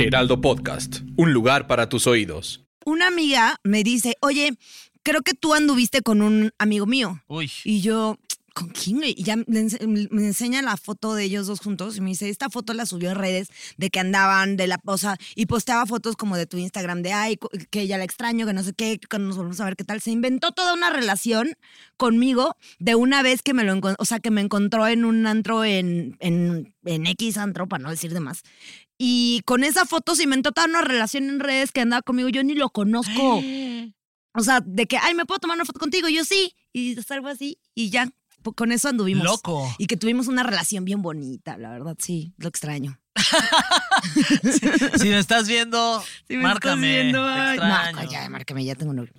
Heraldo Podcast, un lugar para tus oídos. Una amiga me dice, oye, creo que tú anduviste con un amigo mío. Uy. Y yo, ¿con quién? güey? Y ya me, ense- me enseña la foto de ellos dos juntos y me dice, esta foto la subió en redes de que andaban, de la, o sea, y posteaba fotos como de tu Instagram de, ay, cu- que ya la extraño, que no sé qué, que nos volvemos a ver qué tal. Se inventó toda una relación conmigo de una vez que me lo encontró, o sea, que me encontró en un antro en, en, en X antro, para no decir de más. Y con esa foto se inventó toda una relación en redes que andaba conmigo, yo ni lo conozco. O sea, de que, ay, me puedo tomar una foto contigo, yo sí. Y algo así, y ya, po- con eso anduvimos. Loco. Y que tuvimos una relación bien bonita, la verdad, sí, lo extraño. Si me estás viendo, Sí me estás márcame. viendo, te ay. extraño. No, pues, ya, márcame, ya tengo novio.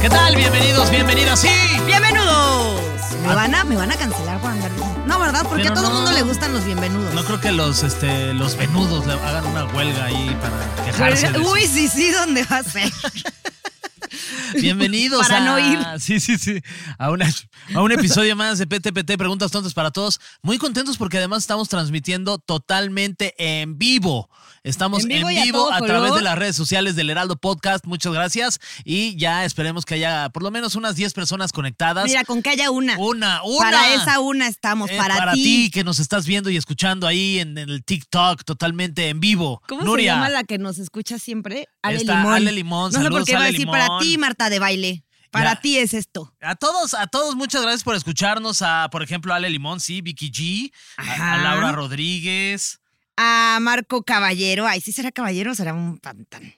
¿Qué tal? Bienvenidos, bienvenidas. Sí. ¡Bienvenidos! Me van a, me van a cancelar por andar diciendo- No, ¿verdad? Porque Ah, Pero a todo el no. mundo le gustan los bienvenidos. No creo que los este los venudos le hagan una huelga ahí para quejarse. de Uy, sí, sí, ¿dónde va a ser? su- Bienvenidos para a, no ir. Sí, sí, sí. A, una- a un episodio más de PTPT Preguntas Tontas para Todos. Muy contentos porque además estamos transmitiendo totalmente en vivo. Estamos En en vivo vivo, y a todo a, color. través de las redes sociales del Heraldo Podcast. Muchas gracias. Y ya esperemos que haya por lo menos unas 10 personas conectadas. Mira, con que haya una. Una, una. Para esa una estamos, Eh, para, ti que nos estás viendo y escuchando ahí en, en el TikTok totalmente en vivo. ¿Cómo Nuria. se llama la que nos escucha siempre? Ale Esta, Limón. Ale Limón, No sé por saludos, qué va a Ale decir Limón. para ti, Marta de baile. Para Ya. ti es esto. A todos, a todos, muchas gracias por escucharnos. A, por ejemplo, a Ale Limón, sí, Vicky G, Ajá. a, a Laura Rodríguez. A Marco Caballero. Ay, sí será caballero, o será un pantán.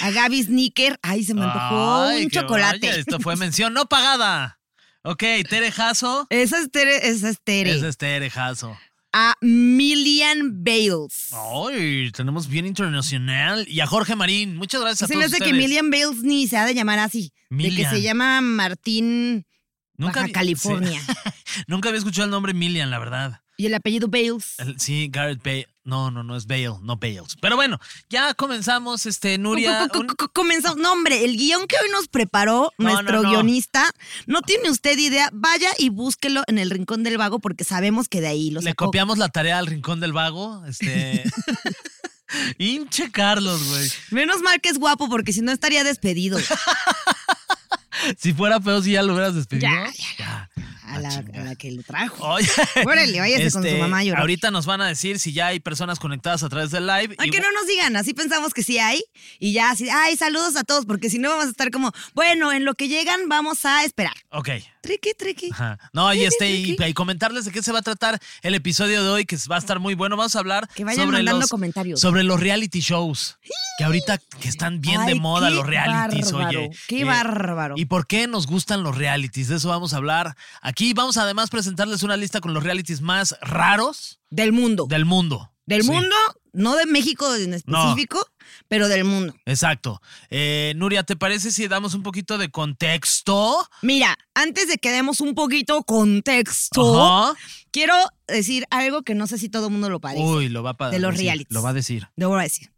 A Gaby Sneaker. Ay, se me antojó Ay, un que chocolate. vaya, esto fue mención no pagada. Ok, Tere Jasso. Esa es Tere. Esa es Tere. Ese es Tere Jasso. A Millian Bales. Ay, tenemos bien internacional. Y a Jorge Marín, muchas gracias se a me todos hace que ustedes. Millian Bales ni se ha de llamar así. De que Millian. se llama Martín Baja vi- California. sí. nunca había escuchado el nombre Milian, la verdad. Y el apellido Bales. El- sí, Garrett Bale. No, no, no es Bale, no Bales. Pero bueno, ya comenzamos, este, Nuria. Co- co- un- co- co- Comenzamos. No, hombre, el guión que hoy nos preparó No, nuestro no, no. guionista, no tiene usted idea. Vaya y búsquelo en el Rincón del Vago porque sabemos que de ahí lo le sacó. copiamos la tarea al rincón del vago. Este. Hinche Carlos, güey. Menos mal que es guapo porque si no estaría despedido. Si fuera feo, si ya lo hubieras despedido. Ya, Ya. A la, a la que le trajo. Oye. este, Órale, váyase con su mamá a llorar. Ahorita nos van a decir si ya hay personas conectadas a través del live. Ay, y- que no nos digan, así pensamos que sí hay. Y ya así, ay, saludos a todos, porque si no vamos a estar como, bueno, en lo que llegan vamos a esperar. Ok. Triqui, triqui. Ajá. No, y este, y, y comentarles de qué se va a tratar el episodio de hoy, que va a estar muy bueno. Vamos a hablar Que vayan sobre mandando los, comentarios. sobre los reality shows. Que ahorita que están bien Ay, de moda qué los realities, bárbaro, oye. qué Eh, bárbaro. ¿Y por qué nos gustan los realities? De eso vamos a hablar aquí. Vamos a además presentarles una lista con los realities más raros Del mundo. del mundo. Del Sí, mundo, no de México en específico, pero del mundo. Exacto. Eh, Nuria, ¿te parece si damos un poquito de contexto? Mira, antes de que demos un poquito contexto, Ajá. quiero decir algo que no sé si todo el mundo lo parece. Uy, lo va a pa- De los decir, realities. Lo va a decir. Lo voy a decir.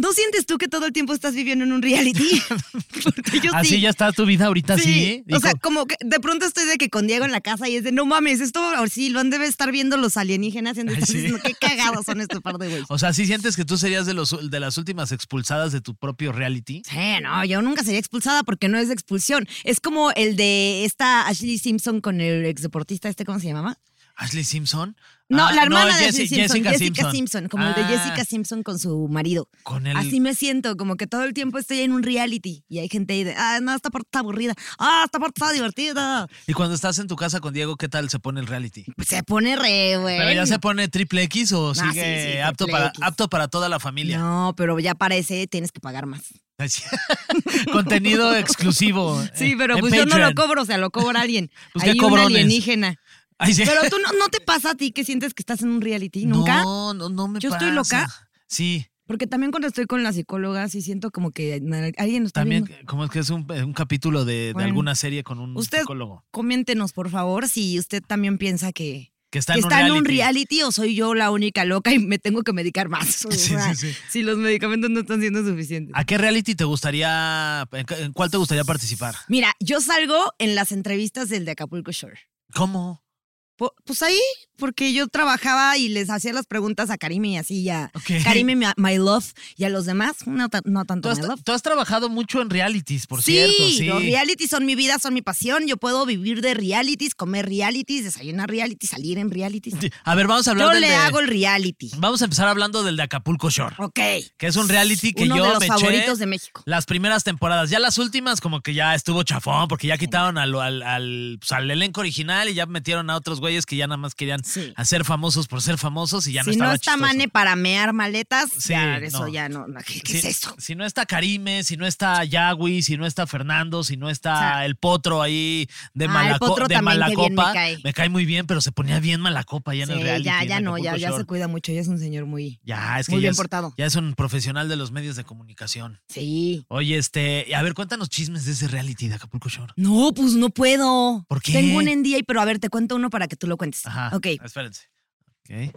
¿No sientes tú que todo el tiempo estás viviendo en un reality? Porque yo así sí. ¿Ah, ya está tu vida ahorita, sí. Sí, o Hijo, sea, como que de pronto estoy de que con Diego en la casa y es de no mames, esto ahora sí lo han de estar viendo los alienígenas y han de Ay, estar sí. diciendo qué cagados son estos par de güeyes. o sea, ¿sí sientes que tú serías de, los, de las últimas expulsadas de tu propio reality? Sí, no, yo nunca sería expulsada porque no es de expulsión. Es como el de esta Ashley Simpson con el exdeportista este, ¿cómo se llamaba? Ashley Simpson. No, Ah, la hermana de Jessi- Ashley Simpson, Jessica, Simpson. como el de Ah, Jessica Simpson con su marido. Con el, Así me siento, como que todo el tiempo estoy en un reality y hay gente ahí de, ah, no, esta parte está aburrida, ah, esta parte está divertida. Y cuando estás en tu casa con Diego, ¿qué tal se pone el reality? Pues se pone re, güey. ¿Pero ya se pone triple X o Ah, sí, sigue sí, apto, triple para, X. apto para toda la familia? Eh, No, pero ya parece, tienes que pagar más. Así- Contenido exclusivo. eh, Sí, pero en pues yo no lo Patreon. cobro, o sea, lo cobra alguien. Pues, ¿qué Hay un cobrones? alienígena. Ay, sí. Pero tú no, no te pasa a ti que sientes que estás en un reality, nunca. No, no, no me ¿Yo estoy pasa. loca? Sí, Porque también cuando estoy con la psicóloga, sí siento como que na- alguien nos está también, viendo. como es que es un, un capítulo de, de Bueno. alguna serie con un Usted- psicólogo Coméntenos, por favor, si usted también piensa que, que está, que en, un está en un reality. reality o soy yo la única loca y me tengo que medicar más. O Sí, sea, sí, sí. Si los medicamentos no están siendo suficientes. ¿A qué reality te gustaría, en ca- en cuál te gustaría participar? Mira, yo salgo en las entrevistas del de Acapulco Shore. ¿Cómo? Po- Pues ahí, porque yo trabajaba y les hacía las preguntas a Karime y así y a Ok. Karime, mi- my love, y a los demás, no, ta- no tanto Tú has, my love. tú has trabajado mucho en realities, por sí, cierto. Sí, los realities son mi vida, son mi pasión. Yo puedo vivir de realities, comer realities, desayunar realities, salir en realities. Sí. A ver, vamos a hablar Yo del le de- hago el reality. Vamos a empezar hablando del de Acapulco Shore, Ok. que es un reality que Uno yo de los me eché favoritos de México. Las primeras temporadas, ya las últimas como que ya estuvo chafón porque ya quitaron al, al, al, pues, al elenco original y ya metieron a otros güeyes que ya nada más querían Sí. hacer famosos por ser famosos y ya no si no estaba está chistoso. Mane para mear maletas, Sí, ya eso no. ya no. no, ¿Qué, qué si, es eso? si no está Karime, si no está Yagui, si no está Fernando, si no está O sea, el potro ahí de, ah, mala el potro de también, mala qué bien me copa, cae. muy bien, pero se ponía bien mala copa ya en el Sí, reality. ya, en ya no, ya, Acapulco ya se Shore. cuida mucho, ya es un señor muy, Ya, es que muy ya bien es- portado. ya es un profesional de los medios de comunicación. Sí. Oye, este, a ver, cuéntanos chismes de ese reality de Acapulco Shore. No, pues no puedo. ¿Por qué? Tengo un en día, y- pero a ver, te cuento uno para que tú lo cuentes. Ajá. Ok. Espérense. Ok.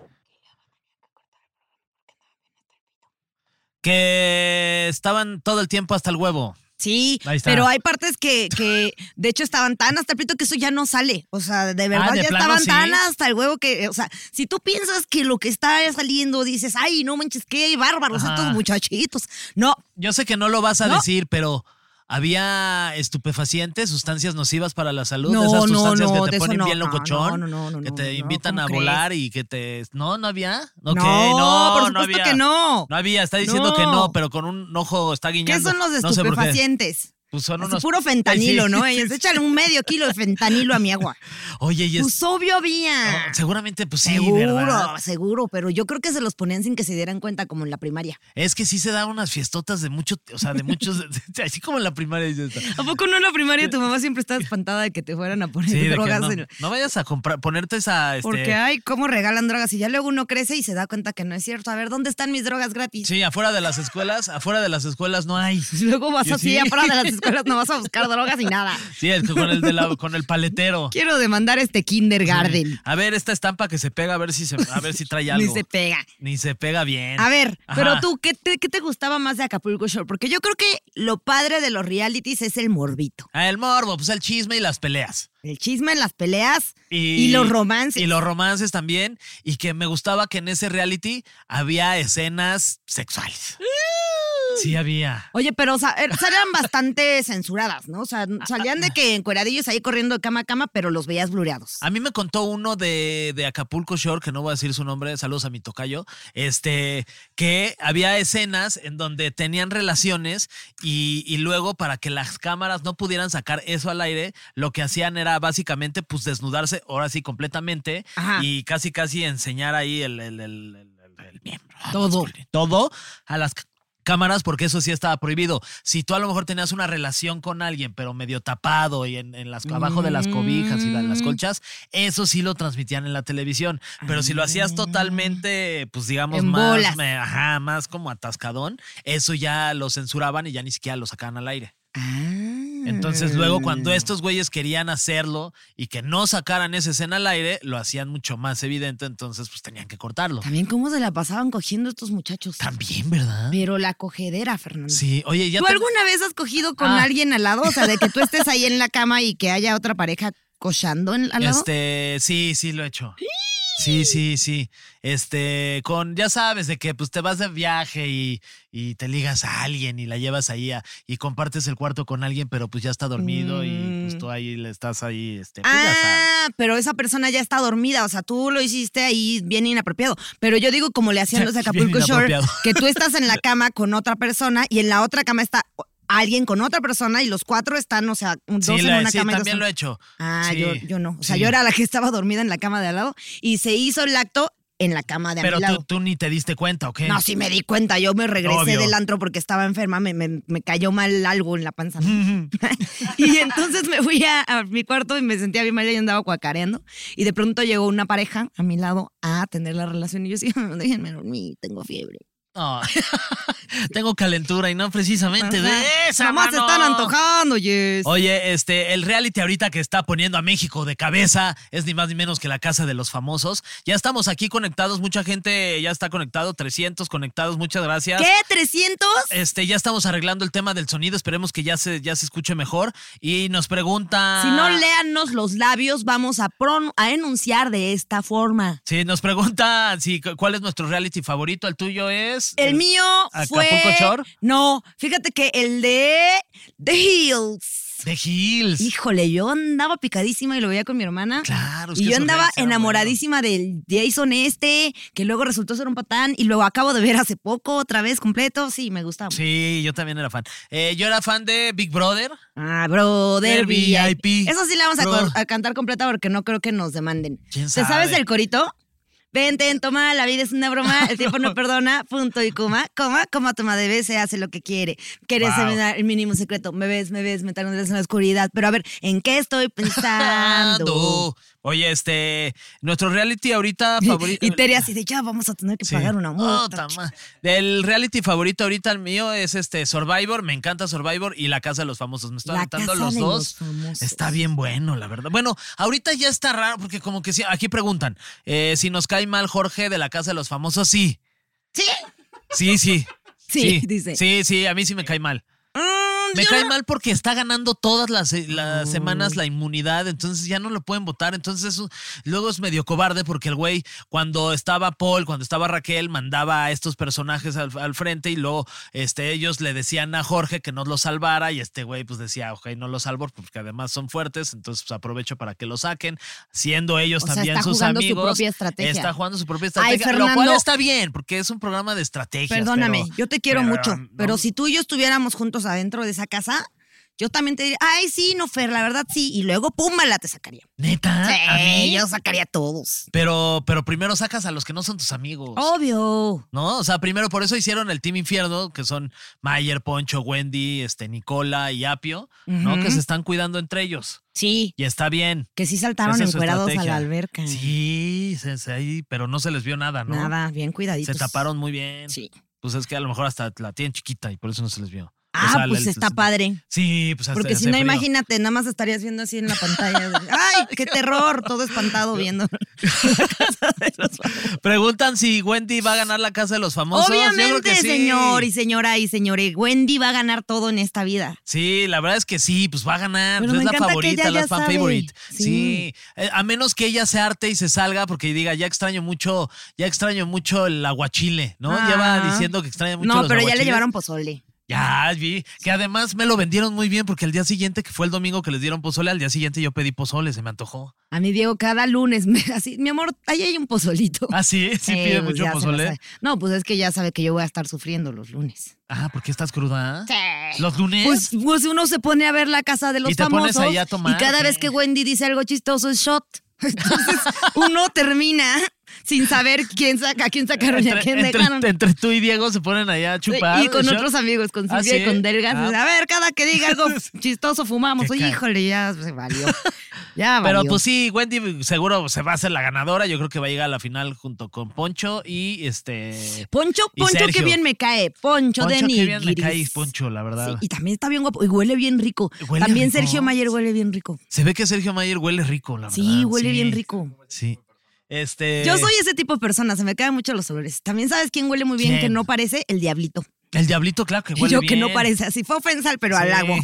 Que estaban todo el tiempo hasta el huevo. Sí, Ahí está. pero hay partes que, que de hecho estaban tan hasta el pito que eso ya no sale. O sea, de verdad Ah, ¿de ya plano estaban sí? tan hasta el huevo que, o sea, si tú piensas que lo que está saliendo dices, ay, no manches, qué bárbaros Ajá. estos muchachitos. No, Yo sé que no lo vas a No. decir, pero había estupefacientes, sustancias nocivas para la salud, No, esas no, sustancias no, que te de eso ponen no, bien no, locochón, no, no, no, no, que te no, no, invitan ¿cómo a crees? volar y que te no, no había. Ok, no, no, por no supuesto había. que no. No había, está diciendo No. que no, pero con un ojo está guiñando. ¿Qué son los No sé por qué. estupefacientes? Pues son Así unos- puro fentanilo, Ay, sí. ¿no? Ellos echan un medio kilo de fentanilo a mi agua. Oye, y es- Pues obvio había. no, seguramente, pues sí, seguro, ¿verdad? seguro, pero yo creo que se los ponían sin que se dieran cuenta, como en la primaria. Es que sí se da unas fiestotas de mucho, o sea, de muchos, así como en la primaria. dices, ¿A poco no en la primaria tu mamá siempre estaba espantada de que te fueran a poner Sí, de que drogas? no, en- no vayas a comprar, ponerte esa, este, Porque, ay, ¿cómo regalan drogas? Y ya luego uno crece y se da cuenta que no es cierto. A ver, ¿dónde están mis drogas gratis? Sí, afuera de las escuelas, afuera de las escuelas no hay. Luego vas Sí, así sí. afuera de las escuelas, no vas a buscar drogas y nada. Sí, el- con el, de la- con el paletero. Quiero demandar este kindergarten. A ver, esta estampa que se pega, a ver si, se, a ver si trae algo. Ni se pega. Ni se pega bien. A ver, pero Ajá. tú, ¿qué te, qué te gustaba más de Acapulco Shore? Porque yo creo que lo padre de los realities es el morbito. Ah, El morbo, pues el chisme y las peleas. El chisme, las peleas Y, y, los romances. Y los romances también. Y que me gustaba que en ese reality había escenas sexuales. Sí, había. Oye, pero o sea, er- salían bastante censuradas, ¿no? O sea, salían de que encueradillos ahí corriendo de cama a cama, pero los veías blureados. A mí me contó uno de, de Acapulco Shore, que no voy a decir su nombre, saludos a mi tocayo, este, que había escenas en donde tenían relaciones y, y luego para que las cámaras no pudieran sacar eso al aire, lo que hacían era básicamente pues desnudarse ahora sí completamente Ajá. y casi casi enseñar ahí el, el- el- el- el- el miembro. Todo. Todo a las c- cámaras porque eso sí estaba prohibido. Si tú a lo mejor tenías una relación con alguien, pero medio tapado y en, en las, abajo de las cobijas y de las Mm. colchas, eso sí lo transmitían en la televisión. Pero si lo hacías totalmente, pues digamos, Ah. En más, bolas. me- ajá, más como atascadón, eso ya lo censuraban y ya ni siquiera lo sacaban al aire. Ah. Entonces luego Mm. cuando estos güeyes querían hacerlo y que no sacaran esa escena al aire, lo hacían mucho más evidente, entonces pues tenían que cortarlo. También cómo se la pasaban cogiendo estos muchachos. También, ¿verdad? Pero la cogedera, Fernando. Sí, oye, ya ¿Tú te- alguna vez has cogido con Ah. alguien al lado? O sea, de que tú estés ahí en la cama y que haya otra pareja cochando en- al lado. Este, sí, sí lo he hecho. Sí, sí, sí. Este, con, ya sabes, de que pues te vas de viaje y, y te ligas a alguien y la llevas ahí a- y compartes el cuarto con alguien, pero pues ya está dormido y pues Mm. tú ahí le estás ahí, este, pues, ya sabes. Ah, pero esa persona ya está dormida, o sea, tú lo hiciste ahí bien inapropiado. Pero yo digo como le hacían los de Bien Acapulco Shore, inapropiado. que tú estás en la cama con otra persona y en la otra cama está alguien con otra persona y los cuatro están, o sea, un- dos Sí, en la- una sí, cama y dos también en- lo he hecho. Ah, Sí, yo, yo no. O sea, sí. yo era la que estaba dormida en la cama de al lado y se hizo el acto en la cama de a Pero mi lado. tú, tú ni te diste cuenta, ¿o qué? No, sí me di cuenta, yo me regresé Obvio. del antro porque estaba enferma, me, me- me cayó mal algo en la panza. y entonces me fui a, a mi cuarto y me sentía bien mal y andaba cuacareando. Y de pronto llegó una pareja a mi lado a tener la relación y yo sí, déjenme dormir, tengo fiebre. Ay, tengo calentura y no precisamente de esa. Mamá, se mano. están antojando, yes. Oye, este, el reality ahorita que está poniendo a México de cabeza es ni más ni menos que la casa de los famosos. Ya estamos aquí conectados, mucha gente ya está conectado, 300 conectados, muchas gracias. ¿Qué? ¿300? Este, ya estamos arreglando el tema del sonido, esperemos que ya se, ya se escuche mejor. Y nos pregunta. Si no, léanos los labios, vamos a, pron- a enunciar de esta forma. Sí, nos pregunta si, cu- cuál es nuestro reality favorito. El tuyo es. El mío fue... ¿Acapulco Shore? No, fíjate que el de The Hills. De Hills. Híjole, yo andaba picadísima y lo veía con mi hermana. Claro, es Y que yo esos andaba reels eran enamoradísima del Jason este, que luego resultó ser un patán y luego acabo de ver hace poco otra vez completo. Sí, me gustaba. Sí, yo también era fan. Eh, yo era fan de Big Brother. Ah, brother Del VIP. VIP. Eso sí la vamos a, Bro. cor- a cantar completa porque no creo que nos demanden. ¿Quién ¿Te sabes sabe? el corito? Vente, en toma, la vida es una broma, el tiempo no perdona, punto y coma, coma, coma, toma de vez, se hace lo que quiere. Quieres Wow. eliminar el mínimo secreto, me ves, me ves, me tardas en la oscuridad, pero a ver, ¿en qué estoy pensando? Ando. Oye, este, nuestro reality ahorita favorito. y Tere así de, ya vamos a tener que Sí. Oh, pagar una multa. Ota ma- El reality favorito ahorita el mío es este Survivor, me encanta Survivor y La Casa de los Famosos. Me estoy La aventando Casa los de dos. los Famosos. está bien bueno, la verdad. Bueno, ahorita ya está raro porque como que sí, aquí preguntan, eh, si nos cae mal Jorge de La Casa de los Famosos, sí. ¿Sí? Sí, sí. Sí, dice. Sí, sí, a mí sí me cae mal. Mm, Me yo cae mal porque está ganando todas las, eh, las semanas la inmunidad, entonces ya no lo pueden votar. Entonces, eso- luego es medio cobarde porque el güey, cuando estaba Paul, cuando estaba Raquel, mandaba a estos personajes al, al frente y luego este, ellos le decían a Jorge que no lo salvara y este güey pues decía, ok, no lo salvo porque además son fuertes, entonces pues, aprovecho para que lo saquen, siendo ellos O sea, también está sus jugando su amigos. propia estrategia. Está jugando su propia Ay, estrategia, lo cual Fernando. está bien porque es un programa de estrategias. Perdóname, pero- yo te quiero pero, mucho, um, no- pero si tú y yo estuviéramos juntos adentro de esa casa, yo también te diría, ay, sí, no, Fer, la verdad sí, y luego, pum, la te sacaría. Neta, Ah, ¿A Sí, mí? yo sacaría a todos. Pero, pero primero sacas a los que no son tus amigos. Oh. Obvio. ¿No? O sea, primero por eso hicieron el Team Infierno, que son Mayer, Poncho, Wendy, este, Nicola y Apio, ¿no? Ujú. Que se están cuidando entre ellos. Sí, Y está bien. que sí Esa saltaron es su encuerados a estrategia. la alberca. Sí, se- se- ahí, pero no se les vio nada, ¿no? Nada, bien cuidaditos. Se taparon muy bien. Sí. Pues es que a lo mejor hasta la tienen chiquita y por eso no se les vio. O Ah, sea, pues el- está padre. Sí, pues hasta Porque si hace no, frío. imagínate, nada más estarías viendo así en la pantalla. de, Ay, qué terror, todo espantado viendo. Preguntan si Wendy va a ganar la casa de los famosos. Yo creo que Obviamente, sí. señor y señora y señores, Wendy va a ganar todo en esta vida. Sí, la verdad es que sí, pues va a ganar. Pero pues me es la encanta que favorita, ella la ya fan sabe. favorite. Sí. Sí. Eh, A menos que ella se arte y se salga porque diga, ya extraño mucho, ya extraño mucho el aguachile, ¿no? Ah. Lleva diciendo que extraña mucho No, los pero ya le aguachiles. llevaron pozole. Ya, vi. Que además me lo vendieron muy bien porque el día siguiente, que fue el domingo que les dieron pozole, al día siguiente yo pedí pozole, se me antojó. A mí, Diego, cada lunes me así, mi amor, ahí hay un pozolito. Ah, sí, sí Eh, pide pues mucho ya se lo pozole. sabe. No, pues es que ya sabe que yo voy a estar sufriendo los lunes. Ah, ¿por qué estás cruda? ¿Los lunes? Pues, pues uno se pone a ver la casa de los ¿Y te famosos pones ahí a tomar, y cada o qué? vez que Wendy dice algo chistoso es shot. Entonces uno termina sin saber quién saca, quién sacaron y a entre, quién entre- dejaron. entre tú y Diego se ponen allá a chupar. y con ¿sí? otros amigos, con Ah, Silvia ¿sí? y con Delgas. Ah. A ver, cada que diga algo chistoso fumamos. Qué Oye, ca- híjole, ya se valió. Ya valió. Pero pues sí, Wendy seguro se va a hacer la ganadora. Yo creo que va a llegar a la final junto con Poncho y este. Poncho, y Poncho, Sergio. qué bien me cae. Poncho, de Poncho, qué bien me nigiris. cae, Poncho, la verdad. Sí, y también está bien guapo y huele bien rico. Huele también rico. Sergio Mayer huele bien rico. Se ve que Sergio Mayer huele rico, la verdad. Sí, huele bien rico. Sí. Este. Yo soy ese tipo de persona, se me caen mucho los olores. También sabes quién huele muy bien, ¿Quién? que no parece el diablito. El diablito, claro que Y huele yo bien. que no parece así. Fue ofensal, pero Sí. al agua.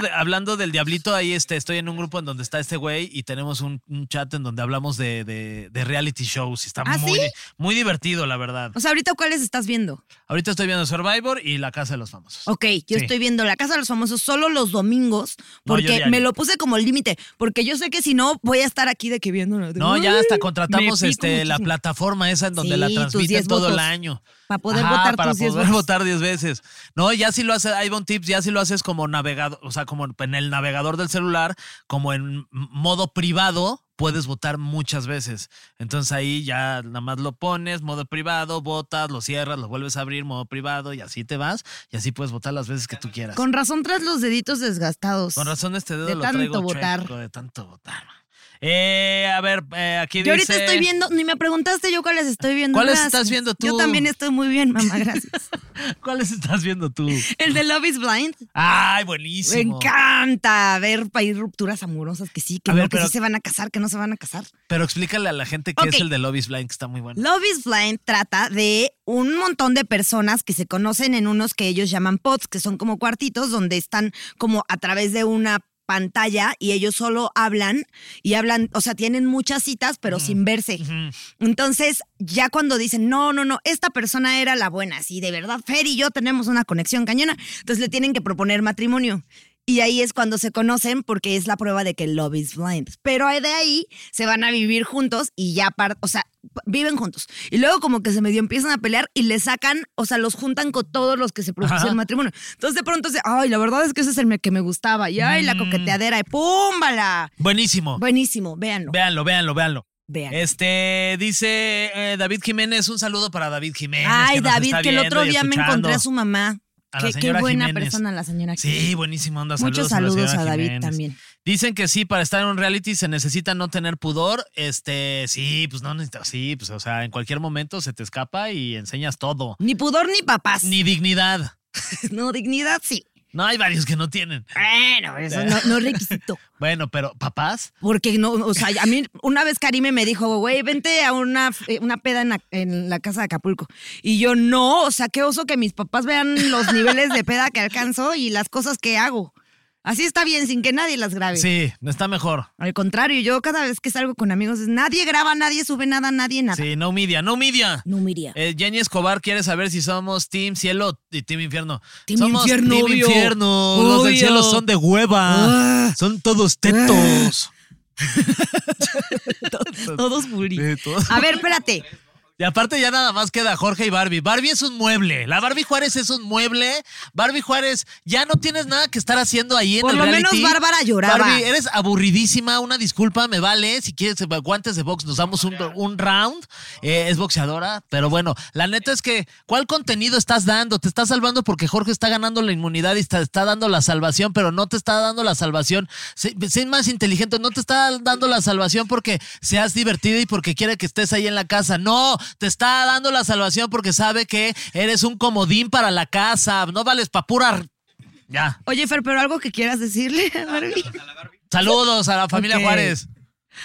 de- hablando del diablito, ahí este, estoy en un grupo en donde está este güey y tenemos un, un chat en donde hablamos de, de- de reality shows y está ¿Ah, muy, sí? muy divertido, la verdad. O sea, ahorita cuáles estás viendo. Ahorita estoy viendo Survivor y La Casa de los Famosos. Ok, yo Sí. estoy viendo La Casa de los Famosos solo los domingos, No, yo porque diario. me lo puse como límite, porque yo sé que si no voy a estar aquí de que viendo. No, ya hasta contratamos me pico este, la muchísimo. plataforma esa en donde Sí, la tus transmiten 10 todo el votos. año. Para poder Ajá, votar para tus 10 poder votos. votar 10 veces. No, ya si lo haces, hay un tips, ya si lo haces como navegador, o sea, como en el navegador del celular, como en modo privado, puedes votar muchas veces. Entonces ahí ya nada más lo pones, modo privado, votas, lo cierras, lo vuelves a abrir, modo privado y así te vas y así puedes votar las veces que tú quieras. Con razón tras los deditos desgastados. Con razón este dedo de lo tanto traigo votar. chueco de tanto votar. Eh, a ver, eh, aquí Yo dice... ahorita estoy viendo, ni me preguntaste yo cuáles estoy viendo. ¿Cuáles Gracias. estás viendo tú? Yo también estoy muy bien, mamá, gracias. ¿Cuáles estás viendo tú? El de Love is Blind. Ay, Me buenísimo. encanta ver pa- ir rupturas amorosas que sí, que A no, ver, que pero- sí se van a casar, que no se van a casar. Pero explícale a la gente qué Ok. es el de Love is Blind, que está muy bueno. Love is Blind trata de un montón de personas que se conocen en unos que ellos llaman pods, que son como cuartitos donde están como a través de una pantalla y ellos solo hablan y hablan, o sea, tienen muchas citas pero sin verse. Entonces, ya cuando dicen, no, no, no, esta persona era la buena, sí, de verdad, Fer y yo tenemos una conexión cañona, entonces le tienen que proponer matrimonio. Y ahí es cuando se conocen porque es la prueba de que love is blind. Pero de ahí se van a vivir juntos y ya, par- o sea, p- viven juntos. Y luego como que se medio empiezan a pelear y le sacan, o sea, los juntan con todos los que se propusieron matrimonio. Entonces de pronto se, ay, la verdad es que ese es el me- que me gustaba. Y ay, la coqueteadera, y púmbala. Buenísimo. Buenísimo, véanlo. Véanlo, véanlo, véanlo. Vean. Este, dice eh, David Jiménez, un saludo para David Jiménez. Ay, nos David, está que el viendo otro y día me encontré a escuchando. su mamá. A la Qué, qué señora buena Jiménez. persona la señora. Sí, buenísimo, onda. Muchos la saludos a señora David Jiménez. también. Dicen que sí, para estar en un reality se necesita no tener pudor. Este, sí, pues no necesitas, sí, pues o sea, en cualquier momento se te escapa y enseñas todo. Ni pudor ni papás. Ni dignidad. No, dignidad sí. No, hay varios que no tienen. Bueno, eso no, no es requisito. Bueno, pero papás, Porque no, o sea, a mí una vez Karime me dijo, güey, vente a una, eh, una peda en la, en la casa de Acapulco. Y yo, no, o sea, qué oso que mis papás vean los niveles de peda que alcanzo y las cosas que hago. Así está bien, sin que nadie las grabe. sí, está mejor. Al contrario, yo cada vez que salgo con amigos, es, nadie graba, nadie sube nada, nadie nada. Sí, no media, no media. No me iría. Eh, Jenny Escobar quiere saber si somos Team Cielo y Team Infierno. Team somos Infierno, Team obvio. Infierno. Los del Obvio. Ah. cielo son de hueva. Son todos tetos. Todos bullying. Sí, todos. A ver, espérate. Y aparte ya nada más queda Jorge y Barbie. Barbie es un mueble. La Barbie Juárez es un mueble. Barbie Juárez, ya no tienes nada que estar haciendo ahí en Por el lo menos reality. Bárbara lloraba. Barbie, eres aburridísima. Una disculpa, me vale. Si quieres eh, guantes de box, nos damos un, un round. Eh, es boxeadora. Pero bueno, la neta es que, ¿cuál contenido estás dando? Te estás salvando porque Jorge está ganando la inmunidad y está, está dando la salvación, pero no te está dando la salvación. Sé, sé más inteligente, no te está dando la salvación porque seas divertido y porque quiere que estés ahí en la casa. No, te está dando la salvación porque sabe que eres un comodín para la casa. No vales para pura. Ya. Oye, Fer, pero algo que quieras decirle a Barbie. Saludos a la familia Ok. Juárez.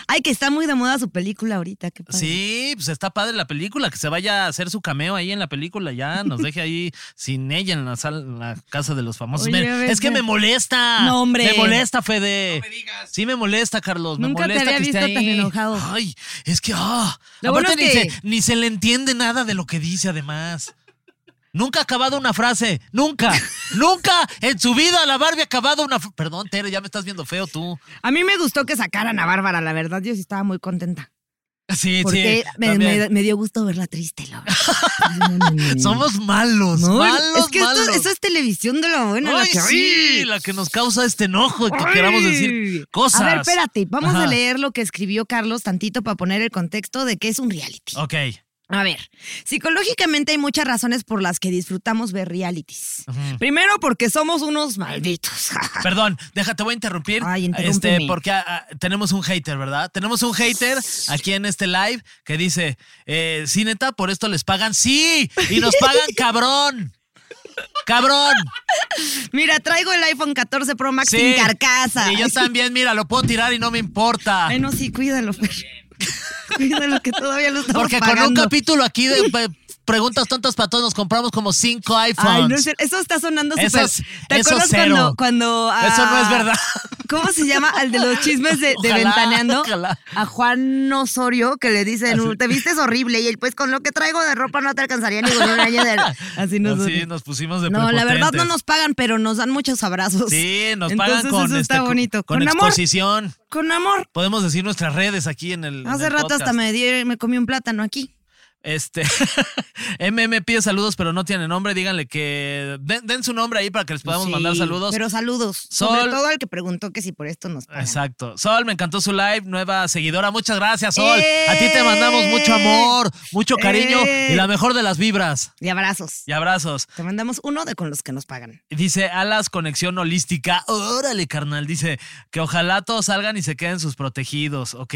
Ay, que está muy de moda su película ahorita. Qué padre. Sí, pues está padre la película, que se vaya a hacer su cameo ahí en la película, ya nos deje ahí sin ella en la sala, en la casa de los famosos. Oye, Miren, ves, es que ves. me molesta. No, hombre. Me molesta, Fede. No me digas. Sí, me molesta, Carlos. Nunca me te molesta había que esté visto tan ahí. enojado. Ay, es que, ah. Lo bueno aparte es ni, que- se, ni se le entiende nada de lo que dice, además. Nunca ha acabado una frase, nunca, nunca en su vida la Barbie ha acabado una. fr- Perdón, Tere, ya me estás viendo feo tú. A mí me gustó que sacaran a Bárbara, la verdad, yo sí estaba muy contenta. Sí, Porque sí. me, también. me- me dio gusto verla triste, la verdad. Somos malos, No, malos, es que esto- malos. eso es televisión de la buena. la Ay, que- sí, la que nos causa este enojo y que queramos Ay. decir cosas. A ver, espérate, vamos Ajá. a leer lo que escribió Carlos tantito para poner el contexto de qué es un reality. Ok. A ver, psicológicamente hay muchas razones por las que disfrutamos ver realities. Primero, porque somos unos malditos. Perdón, déjate, voy a interrumpir. Ay, interrúmpeme. este, porque ah, ah, tenemos un hater, ¿verdad? Tenemos un hater aquí en este live que dice, eh, sí, neta, por esto les pagan. Sí, y nos pagan cabrón. Cabrón. Mira, traigo el iPhone 14 Pro Max Sí. sin carcasa. Y yo también, mira, lo puedo tirar y no me importa. Ay, no, sí, cuídalo, Fer. cuídalo que todavía lo estamos Porque con un pagando. capítulo aquí de pe- preguntas tontas para todos nos compramos como cinco iPhones. Ay, no es cierto. Eso está sonando Eso súper. es- ¿Te eso acuerdas cero. cuando, cuando a- Eso no es verdad. ¿Cómo se llama? Al de los chismes de, de Ojalá, Ventaneando. ojalá. A Juan Osorio que le dicen, te vistes horrible. Y él, pues con lo que traigo de ropa no te alcanzaría ni con un año de. Así nos. Así nos pusimos de no, la verdad no prepotentes. nos pagan, pero nos dan muchos abrazos. Sí, nos pagan Entonces, con, eso está este, bonito. con Con, amor. exposición. Con amor. Podemos decir nuestras redes aquí en el. en Hace el rato podcast. hasta me, di- me comí un plátano aquí. Este, MM pide saludos, pero no tiene nombre. Díganle que den, den su nombre ahí para que les podamos Sí, mandar saludos. Pero saludos. Sol. Sobre todo al que preguntó que si por esto nos pagan. Exacto. Sol, me encantó su live, nueva seguidora. Muchas gracias, Sol. A ti te ¡Eh! mandamos mucho amor, mucho cariño ¡Eh! y la mejor de las vibras. Y abrazos. Y abrazos. Te mandamos uno de con los que nos pagan. Dice Alas Conexión Holística. Órale, carnal. Dice que ojalá todos salgan y se queden sus protegidos. Ok.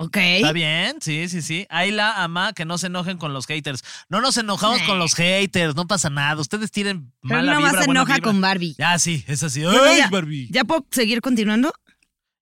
Ok. ¿Está bien? Sí, sí, sí. Ayla, ama, que no se enojen con los haters. No nos enojamos con los haters, no pasa nada. Ustedes tienen Pero mala no más vibra, se buena enoja vibra. con Barbie. Ya, sí, es así. Bueno, ¡Ay, ya- Barbie! ¿Ya puedo seguir continuando?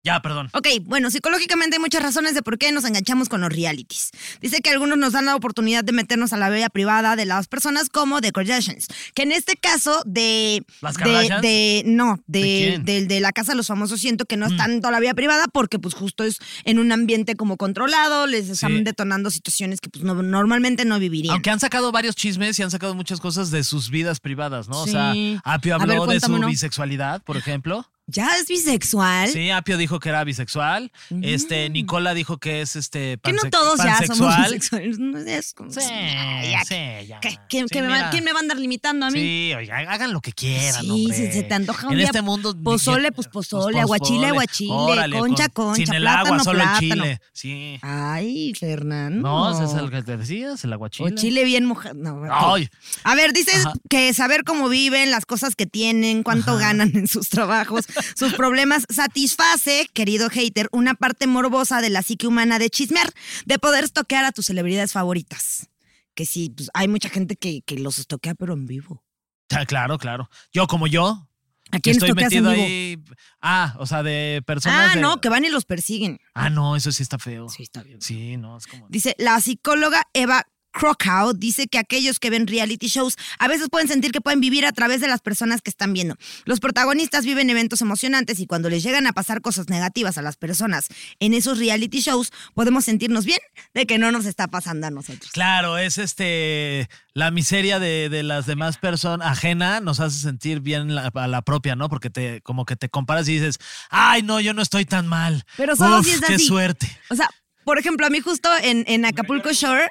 Ya, perdón. Ok, bueno, psicológicamente hay muchas razones de por qué nos enganchamos con los realities. Dice que algunos nos dan la oportunidad de meternos a la vida privada de las personas como The Kardashians, que en este caso de... ¿Las de- Kardashians? De, no, de, ¿De quién? Mm. del- de la casa de los famosos siento que no es tanto la vida privada porque pues justo es en un ambiente como controlado, les están Sí. detonando situaciones que pues no- normalmente no vivirían. Aunque han sacado varios chismes y han sacado muchas cosas de sus vidas privadas, ¿no? O sea, Sí. Apio A ver, habló de su cuéntame uno. bisexualidad, por ejemplo. ¿Ya es bisexual? Sí, Apio dijo que era bisexual. Este, Nicola dijo que es este Mm. Que no panse- todos ya somos pansexual. bisexuales. No es como- Sí, Ya, sí, ya. ¿qué- quién- Sí, qué me va- mira. ¿Quién me va a andar limitando a mí? Sí, oiga, hagan lo que quieran, Sí, hombre. si se te antoja un En día este mundo... pozole, dije- pues pozole, aguachile, aguachile, concha, concha, pues, Sin el agua, plátano, Ah, solo el plátano. chile. Sí. Ay, Fernando. No, ese es el que te decías, el O aguachile. chile bien mojado. No, bueno. Ay, A ver, dice Ajá. que saber cómo viven, las cosas que tienen, cuánto ganan en sus trabajos, sus problemas, satisface, querido hater, una parte morbosa de la psique humana de chismear, de poder toquear a tus celebridades favoritas. Que sí, pues, hay mucha gente que, que los toquea, pero en vivo. ya, claro, claro. Yo como yo, ¿A que quién estoy toqueas en metido vivo? ahí. Ah, o sea, de personas. Ah, de- no, que van y los persiguen. Ah, no, eso sí está feo. Sí, Sí, está bien. no, es como. Dice, la psicóloga Eva Crocow dice que aquellos que ven reality shows a veces pueden sentir que pueden vivir a través de las personas que están viendo. Los protagonistas viven eventos emocionantes y cuando les llegan a pasar cosas negativas a las personas en esos reality shows, podemos sentirnos bien de que no nos está pasando a nosotros. Claro, es este. La miseria de, de las demás personas ajena nos hace sentir bien la- a la propia, ¿no? Porque te, como que te comparas y dices, ay, no, yo no estoy tan mal. Pero solo Uf, si es qué así. suerte. O sea, por ejemplo, a mí justo en, en Acapulco Shore,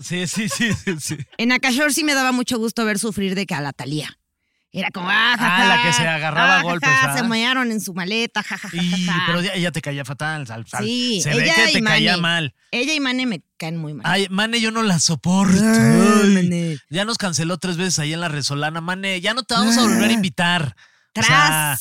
Sí, sí, sí, sí. sí. en Acashore sí me daba mucho gusto ver sufrir de que a la Thalía. Era como, ah, Ah, jaja, la que se agarraba a golpes, jaja, Se ah. mollaron en su maleta, jajaja. Y- pero ella, ella te caía fatal. sal- sal. Sí, Se ve ella que y te caía Manny. mal. Ella y Mane me caen muy mal. Ay, Mane, yo no la soporto. Ay, Ay. Mane. Ya nos canceló tres veces ahí en la Resolana. Mane, ya no te vamos a volver a invitar. O sea, Ah. Tras.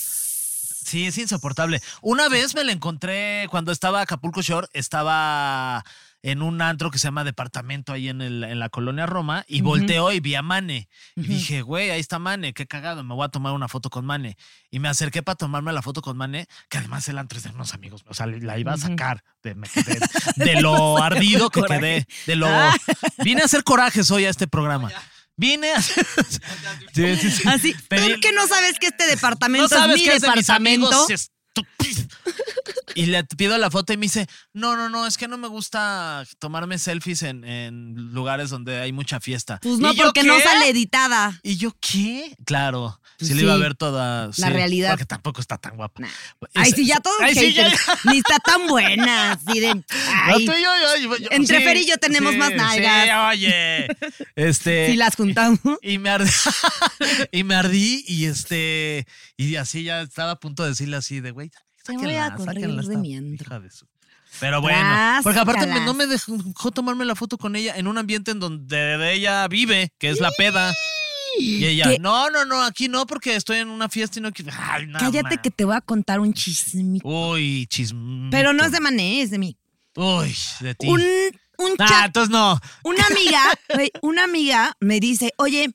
sí, es insoportable. Una vez me la encontré cuando estaba Acapulco Shore, estaba en un antro que se llama Departamento ahí en, el- en la colonia Roma y volteó y vi a Mane. Y dije, güey, ahí está Mane, qué cagado, me voy a tomar una foto con Mane. Y me acerqué para tomarme la foto con Mane, que además el antro es de unos amigos, o sea, la iba a sacar de, de- de lo ardido que quedé, de lo... Vine a hacer corajes hoy a este programa. Vine a hacer... Sí, sí, sí. Así, Pedí- ¿tú que no sabes que este departamento no sabes es mi qué es de mis departamento? amigos. estupi- Y le pido la foto y me dice, no, no, no, es que no me gusta tomarme selfies en, en lugares donde hay mucha fiesta. pues ¿Y no, yo porque no qué? sale editada. ¿Y yo qué? Claro, Pues sí, le iba a sí, ver toda la realidad. Porque tampoco está tan guapa. Nah. Es- Ay, sí, ya todos Pues, Ay, sí, ya- haters. Ni está tan buena. Así de, No, ay, tú y yo, yo- yo- Entre Fer y yo tenemos más Sí, nalgas. oye. Este. si las juntamos. Y me ardí. y me ardí y este. Y así ya estaba a punto de decirle así de güey. Te voy sáquenla, a correr sáquenla de esta mi antro". hija de su- Pero bueno, Tras, porque aparte me- tras. no me dejó tomarme la foto con ella en un ambiente en donde ella vive, que es la peda. Y ella, Que- no, no, no, aquí no, porque estoy en una fiesta y no quiero. Ay, no, Cállate man. que te voy a contar un chisme. Uy, chisme. Pero no es de Mané, es de mí. Uy, de ti. Un, un Ah, chat entonces no. Una amiga, güey, una amiga me dice, oye,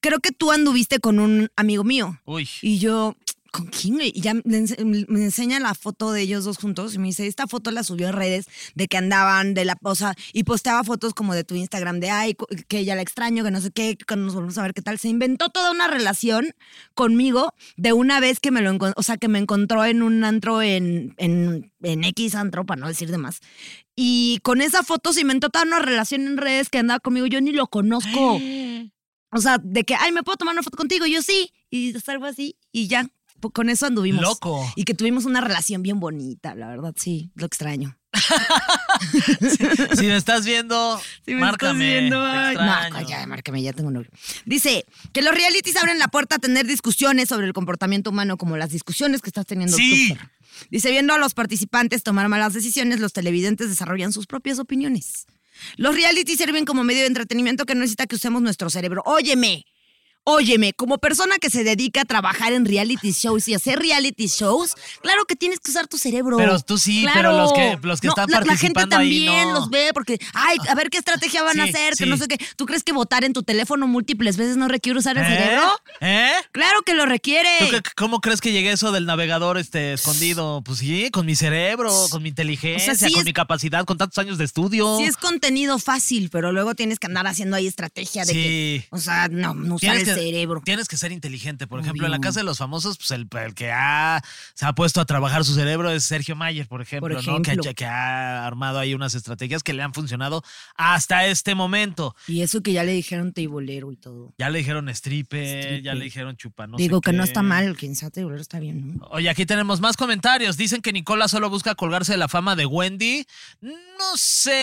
creo que tú anduviste con un amigo mío. Uy. Y yo, ¿con quién? güey? Y ya le ense- me enseña la foto de ellos dos juntos y me dice, esta foto la subió a redes de que andaban de la posa y posteaba fotos como de tu Instagram de, ay, cu- que ya la extraño, que no sé qué, que cuando nos volvemos a ver qué tal. Se inventó toda una relación conmigo de una vez que me lo encontró, o sea, que me encontró en un antro en, en, en X antro, para no decir de más. Y con esa foto se inventó toda una relación en redes que andaba conmigo, yo ni lo conozco. O sea, de que, ay, me puedo tomar una foto contigo, Y yo sí. Y algo así. Y ya, po- con eso anduvimos. Loco. Y que tuvimos una relación bien bonita, la verdad, sí, lo extraño. si me estás viendo, Si me márcame. estás viendo, te ay, extraño. no, pues ya, márcame, ya tengo novio. Dice que los realities abren la puerta a tener discusiones sobre el comportamiento humano, como las discusiones que estás teniendo Sí. tú, perro. Dice, viendo a los participantes tomar malas decisiones, los televidentes desarrollan sus propias opiniones. Los realities sirven como medio de entretenimiento que no necesita que usemos nuestro cerebro. Óyeme, óyeme, como persona que se dedica a trabajar en reality shows y hacer reality shows, claro que tienes que usar tu cerebro. Pero tú sí, pero los que- los que están la, la gente participando ahí, también no. los ve porque, ay, a ver qué estrategia van a Sí, hacer, que sí. no sé qué. ¿Tú crees que votar en tu teléfono múltiples veces no requiere usar el ¿Eh? cerebro? ¿Eh? Claro que lo requiere. ¿Tú qué- cómo crees que llegué a eso del navegador este, escondido? Pues sí, con mi cerebro, con mi inteligencia, sí con es- mi capacidad, con tantos años de estudio. Sí es contenido fácil, pero luego tienes que andar haciendo ahí estrategia de Sí. que, o sea, no, no usar el cerebro. tienes que ser inteligente. Por Obvio. ejemplo, en la casa de los famosos, pues el, el que ha- se ha puesto a trabajar su cerebro es Sergio Mayer, por ejemplo, Por ¿no? Que, ha- ejemplo. que ha armado ahí unas estrategias que le han funcionado hasta este momento. Y eso que ya le dijeron teibolero y todo. Ya le dijeron stripper, ya Stripper. le dijeron chupa, no sé Digo que no qué. está mal, quien sea teibolero está bien, ¿no? Oye, aquí tenemos más comentarios. Dicen que Nicola solo busca colgarse de la fama de Wendy. No sé.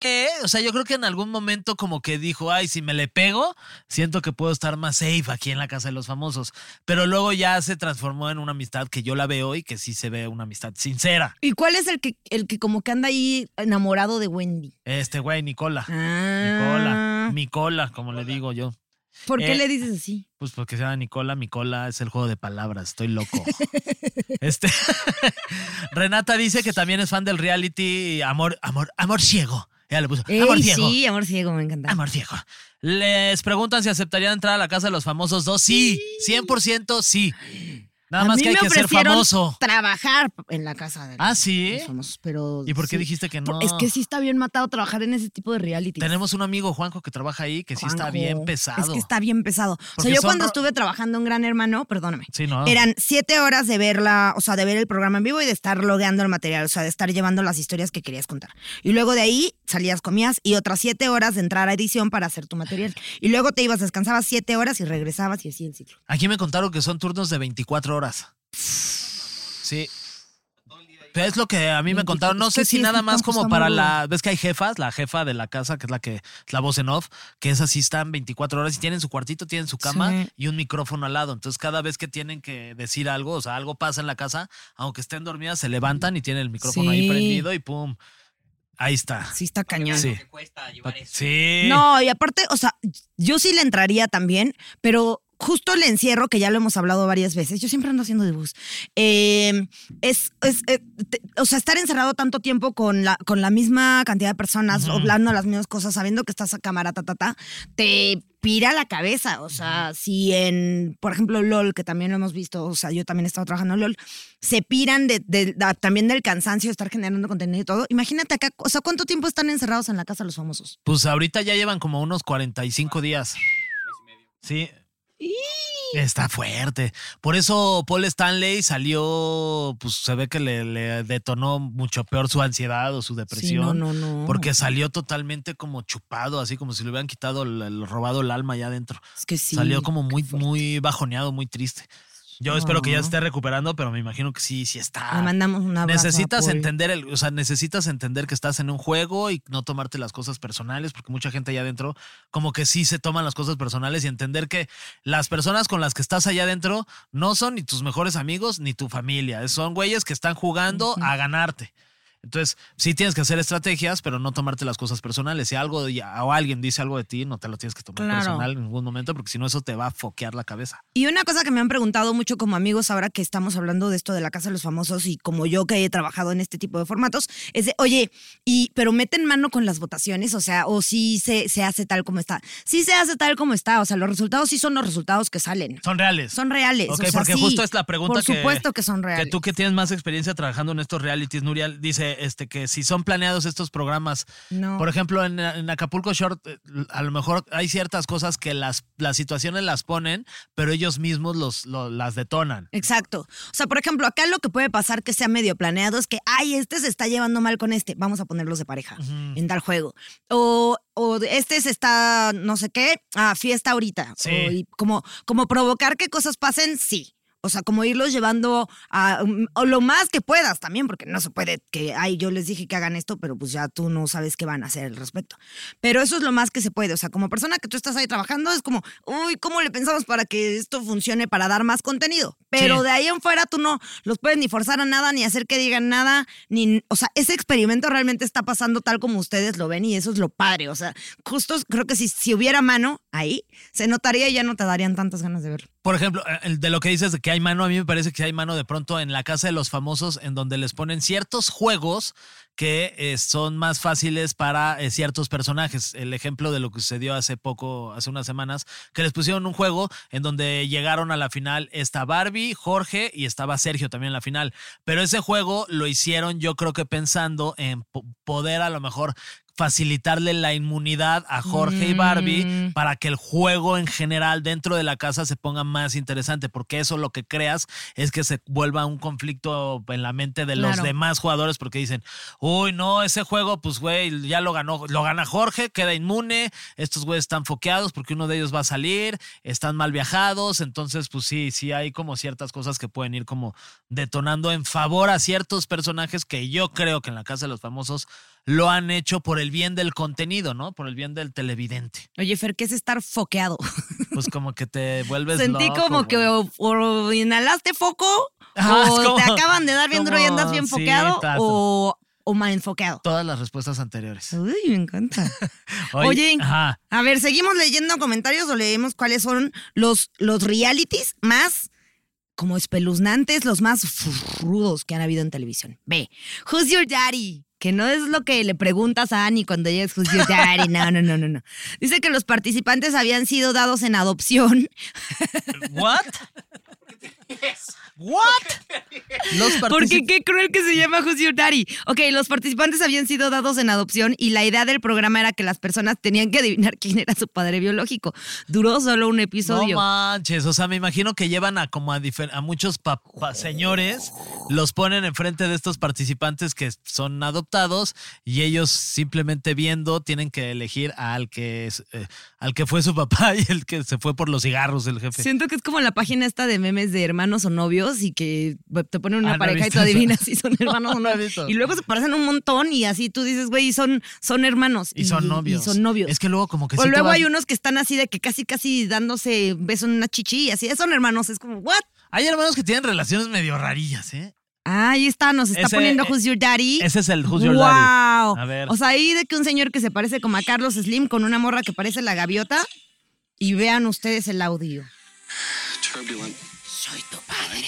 qué, O sea, yo creo que en algún momento como que dijo, ay, si me le pego, siento que puedo estar más safe aquí en la casa de los famosos. Pero luego ya se transformó en una amistad que yo la veo y que sí se ve una amistad sincera. ¿Y cuál es el que, el que como que anda ahí enamorado de Wendy? Este güey, Nicola. Ah. Nicola. Nicola, como le digo yo. ¿Por qué Eh, le dices así? Pues porque se llama Nicola, Nicola es el juego de palabras, estoy loco. este Renata dice que también es fan del reality Amor, Amor, Amor Ciego. Ella le puso Amor Ey, Ciego. sí, amor ciego, me encanta. Amor Ciego. Les preguntan si aceptarían entrar a la casa de los famosos dos. Sí, 100% sí. Nada A más mí que hay me que ser ofrecieron famoso. Trabajar en la casa de Ah, ¿sí? los famosos, pero. ¿Y por sí. qué dijiste que no? Es que sí está bien matado trabajar en ese tipo de reality. Tenemos un amigo, Juanjo, que trabaja ahí, que sí está bien pesado. Es que está bien pesado. O Porque sea, yo son cuando ro- Ah. estuve trabajando en Gran Hermano, perdóname. Sí, no. Eran siete horas de verla, o sea, de ver el programa en vivo y de estar logueando el material, o sea, de estar llevando las historias que querías contar. Y luego de ahí salías, comías y otras siete horas de entrar a edición para hacer tu material. Y luego te ibas, descansabas siete horas y regresabas y así el ciclo. Aquí me contaron que son turnos de 24 horas. Sí. Pero Es lo que a mí 24, me contaron. No es sé que si sí, nada está- más como está para muy la. ¿Ves que hay jefas? La jefa de la casa, que es la que es la voz en off, que esas sí están 24 horas y tienen su cuartito, tienen su cama Sí. y un micrófono al lado. Entonces, cada vez que tienen que decir algo, o sea, algo pasa en la casa, aunque estén dormidas, se levantan y tienen el micrófono ahí Sí. prendido y pum. Ahí está. Sí, está cañón. Sí. Pues Sí. No, y aparte, o sea, yo sí le entraría también, pero justo el encierro, que ya lo hemos hablado varias veces, yo siempre ando haciendo dibujos, eh, es, es, eh, te- o sea, estar encerrado tanto tiempo con la, con la misma cantidad de personas, hablando las mismas cosas, sabiendo que estás a cámara, ta, ta, ta, te pira la cabeza, o sea, si en, por ejemplo, LOL, que también lo hemos visto, o sea, yo también he estado trabajando en LOL, se piran de, de- da- también del cansancio de estar generando contenido y todo. Imagínate acá, o sea, ¿cuánto tiempo están encerrados en la casa los famosos? Pues ahorita ya llevan como unos 45 días. Sí. Está fuerte. Por eso Paul Stanley salió, pues se ve que le, le detonó mucho peor su ansiedad o su Sí, depresión. no, no, no. Porque salió totalmente como chupado, así como si le hubieran quitado, el- el- robado el alma allá adentro. Es que sí. Salió como muy, muy bajoneado, muy triste. Yo espero que ya esté recuperando, pero me imagino que sí, sí está. Le mandamos un abrazo a Ah, Necesitas Paul. entender, el, o sea, necesitas entender que estás en un juego y no tomarte las cosas personales, porque mucha gente allá adentro como que sí se toman las cosas personales y entender que las personas con las que estás allá adentro no son ni tus mejores amigos ni tu familia, son güeyes que están jugando a ganarte. Entonces, sí tienes que hacer estrategias, pero no tomarte las cosas personales. Si algo de- o alguien dice algo de ti, no te lo tienes que tomar Claro. personal en ningún momento, porque si no, eso te va a foquear la cabeza. Y una cosa que me han preguntado mucho como amigos ahora que estamos hablando de esto de la Casa de los Famosos y como yo que he trabajado en este tipo de formatos, es de, oye, y, pero meten mano con las votaciones, o sea, o si se, se hace tal como está. Sí se hace tal como está, o sea, los resultados sí son los resultados que salen. Son reales. Son reales. Ok, o sea, porque sí, justo es la pregunta Por que. supuesto que son reales. Que tú que tienes más experiencia trabajando en estos realities, Nuria, dice este, que si son planeados estos programas. No. Por ejemplo, en, en Acapulco Short, eh, a lo mejor hay ciertas cosas que las, las situaciones las ponen, pero ellos mismos los, lo- las detonan. Exacto. O sea, por ejemplo, acá lo que puede pasar que sea medio planeado es que, ay, este se está llevando mal con este, vamos a ponerlos de pareja en tal juego. O, o de- este se está, no sé qué, a fiesta ahorita. Sí. O, y como, como provocar que cosas pasen, sí. O sea, como irlos llevando a um, o lo más que puedas también, porque no se puede que, ay, yo les dije que hagan esto, pero pues ya tú no sabes qué van a hacer al respecto. Pero eso es lo más que se puede. O sea, como persona que tú estás ahí trabajando, es como, uy, ¿cómo le pensamos para que esto funcione para dar más contenido? Pero Sí. de ahí en fuera tú no los puedes ni forzar a nada, ni hacer que digan nada, ni, o sea, ese experimento realmente está pasando tal como ustedes lo ven y eso es lo padre. O sea, justo creo que si, si hubiera mano ahí, se notaría y ya no te darían tantas ganas de verlo. Por ejemplo, eh, el de lo que dices de que hay mano, a mí me parece que hay mano de pronto en la casa de los famosos, en donde les ponen ciertos juegos que eh, son más fáciles para eh, ciertos personajes. El ejemplo de lo que sucedió hace poco, hace unas semanas, que les pusieron un juego en donde llegaron a la final esta Barbie, Jorge y estaba Sergio también en la final. Pero ese juego lo hicieron yo creo que pensando en po- poder a lo mejor facilitarle la inmunidad a Jorge y Barbie Mm. para que el juego en general dentro de la casa se ponga más interesante, porque eso lo que creas es que se vuelva un conflicto en la mente de los Claro. demás jugadores, porque dicen, uy, no, ese juego, pues, güey, ya lo ganó, lo gana Jorge, queda inmune, estos güeyes están foqueados porque uno de ellos va a salir, están mal viajados, entonces, pues sí, sí hay como ciertas cosas que pueden ir como detonando en favor a ciertos personajes que yo creo que en la casa de los famosos lo han hecho por el bien del contenido, ¿no? Por el bien del televidente Oye, Fer, ¿qué es estar foqueado? pues como que te vuelves Sentí Pues loco, como que güey. o, o inhalaste foco, Ah, o es como- te acaban de dar bien duro y como- andas bien sí, foqueado, tazo. o, o mal enfoqueado. todas las respuestas anteriores. Uy, me encanta. Oye, ajá. a ver, ¿seguimos leyendo comentarios o leemos cuáles son los, los realities más como espeluznantes, los más rudos que han habido en televisión? Ve, Who's Your Daddy? Que no es lo que le preguntas a Annie cuando ella es Who's Your Daddy. No, no, no, no, no. Dice que los participantes habían sido dados en adopción what? what? Los Porque partici- qué cruel que se llama Who's Your Daddy. Ok, los participantes habían sido dados en adopción y la idea del programa era que las personas tenían que adivinar quién era su padre biológico. Duró solo un episodio. No manches, o sea, me imagino que llevan a como a, difer- a muchos pa- pa- señores, los ponen enfrente de estos participantes que son adoptados y ellos simplemente viendo tienen que elegir al que es, eh, al que fue su papá y el que se fue por los cigarros el jefe. Siento que es como la página esta de memes de hermanos o novios y que te ponen una Ah, no he pareja y tú visto eso. adivinas si son hermanos o No he novios. visto. y luego se parecen un montón y así tú dices, güey, son, son hermanos. y son novios. Y son novios. Es que luego como que o sí te luego vas- hay unos que están así de que casi, casi dándose beso en una chichi y así, son hermanos. Es como, ¿what? Hay hermanos que tienen relaciones medio rarillas, ¿eh? Ahí está, nos está Ese- e poniendo Who's Your Daddy. Ese es el Who's Your wow. Daddy. A ver. O sea, ahí de que un señor que se parece como a Carlos Slim con una morra que parece la gaviota. Y vean ustedes el audio. turbulent. Soy tu padre.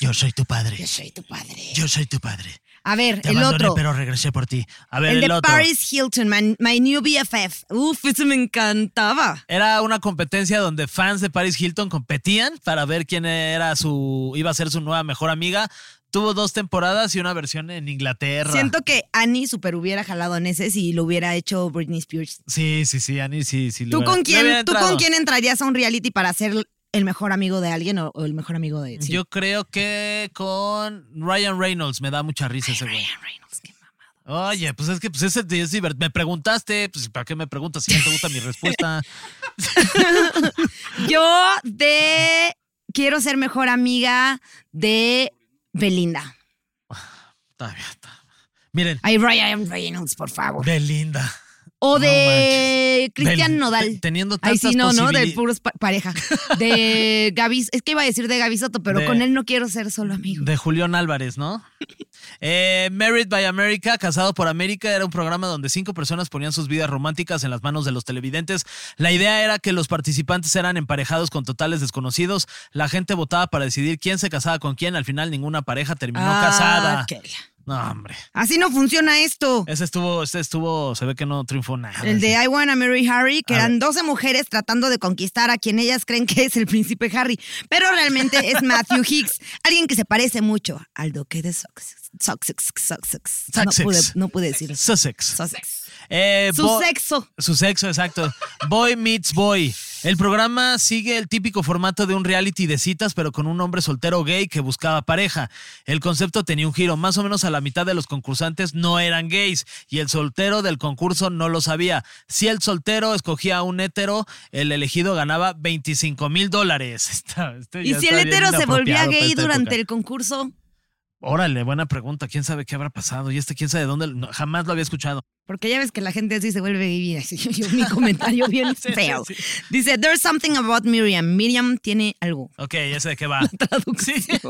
Yo soy tu padre. Yo soy tu padre. Yo soy tu padre. A ver, Te el abandoné, otro. pero regresé por ti. A ver, el el, de otro. Paris Hilton, my, my new BFF. Uf, eso me encantaba. Era una competencia donde fans de Paris Hilton competían para ver quién era su iba a ser su nueva mejor amiga. Tuvo dos temporadas y una versión en Inglaterra. Siento que Annie super hubiera jalado en ese si lo hubiera hecho Britney Spears. Sí, sí, sí, Annie, sí, sí. le ¿Tú hubiera- con, le hubiera quién, ¿Tú con entrado. quién entrarías a un reality para ser el mejor amigo de alguien o, o el mejor amigo de... sí. Yo creo que con Ryan Reynolds. Me da mucha risa ese güey. Ryan Reynolds, qué mamá. Oye, pues es que pues ese es divertido. Me preguntaste, pues ¿para qué me preguntas si no te gusta mi respuesta? Yo de quiero ser mejor amiga de Belinda. Está bien, está bien. Miren, Ay, Ryan Reynolds, por favor. Belinda. O No de Cristian Del- Nodal. te- teniendo Ay, tantas sí, no, no, de posibilidades. puros pa- pareja. De Gaby, es que iba a decir de Gaby Soto, pero De- con él no quiero ser solo amigo. De Julián Álvarez, ¿no? Eh, Married by America, Casado por América, era un programa donde cinco personas ponían sus vidas románticas en las manos de los televidentes. La idea era que los participantes eran emparejados con totales desconocidos. La gente votaba para decidir quién se casaba con quién. Al final, ninguna pareja terminó Ah, casada. que la- No, hombre. Así no funciona esto. Ese estuvo, ese estuvo, se ve que no triunfó nada. El de I Wanna Marry Harry, que A eran 12 mujeres tratando de conquistar a quien ellas creen que es el príncipe Harry, pero realmente es Matthew Hicks, alguien que se parece mucho al duque de Sussex. Sussex, Sussex. Sussex. No pude, no pude decirlo. Sussex. Sussex. Eh, Su Bo- sexo. Su sexo, exacto. Boy meets boy. El programa sigue el típico formato de un reality de citas, pero con un hombre soltero gay que buscaba pareja. El concepto tenía un giro. Más o menos a la mitad de los concursantes no eran gays y el soltero del concurso no lo sabía. Si el soltero escogía a un hétero, el elegido ganaba 25 mil dólares. Está- este Y ya si está el bien hetero se volvía inapropiado para gay esta época. durante el concurso, Órale, buena pregunta. ¿Quién sabe qué habrá pasado? Y este, ¿quién sabe dónde? No, jamás lo había escuchado. porque ya ves que la gente así se vuelve vivida. Así, yo- mi comentario bien feo. Dice, there's something about Miriam. Miriam tiene algo. Ok, ya sé de qué va.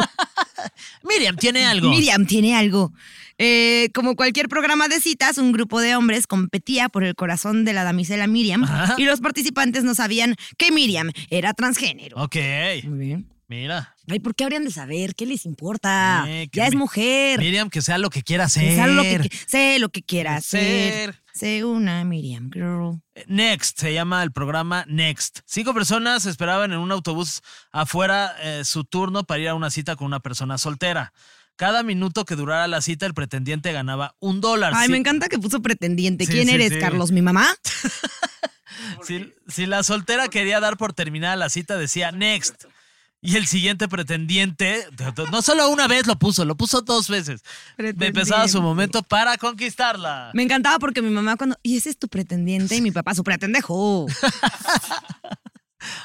Miriam tiene algo. Miriam tiene algo. Eh, como cualquier programa de citas, un grupo de hombres competía por el corazón de la damisela Miriam Ajá. y los participantes no sabían que Miriam era transgénero. Ok, Muy bien. mira. Ay, ¿por qué habrían de saber? ¿Qué les importa? Eh, que ya es mi- mujer. Miriam, que sea lo que quiera Que hacer. sea lo que qui- sé lo que quiera ser. Ser. Sé una Miriam girl. Eh, Next, se llama el programa Next. Cinco personas esperaban en un autobús afuera eh, su turno para ir a una cita con una persona soltera. Cada minuto que durara la cita, el pretendiente ganaba un dólar. Ay, Si- me encanta que puso pretendiente. Sí, ¿Quién sí, eres, sí. Carlos? ¿Mi mamá? Si, si la soltera quería dar por terminada la cita, decía next. Y el siguiente pretendiente, no solo una vez lo puso, lo puso dos veces. Empezaba Pretendiente. su momento para conquistarla. Me encantaba porque mi mamá cuando, y ese es tu pretendiente y mi papá su pretendejo.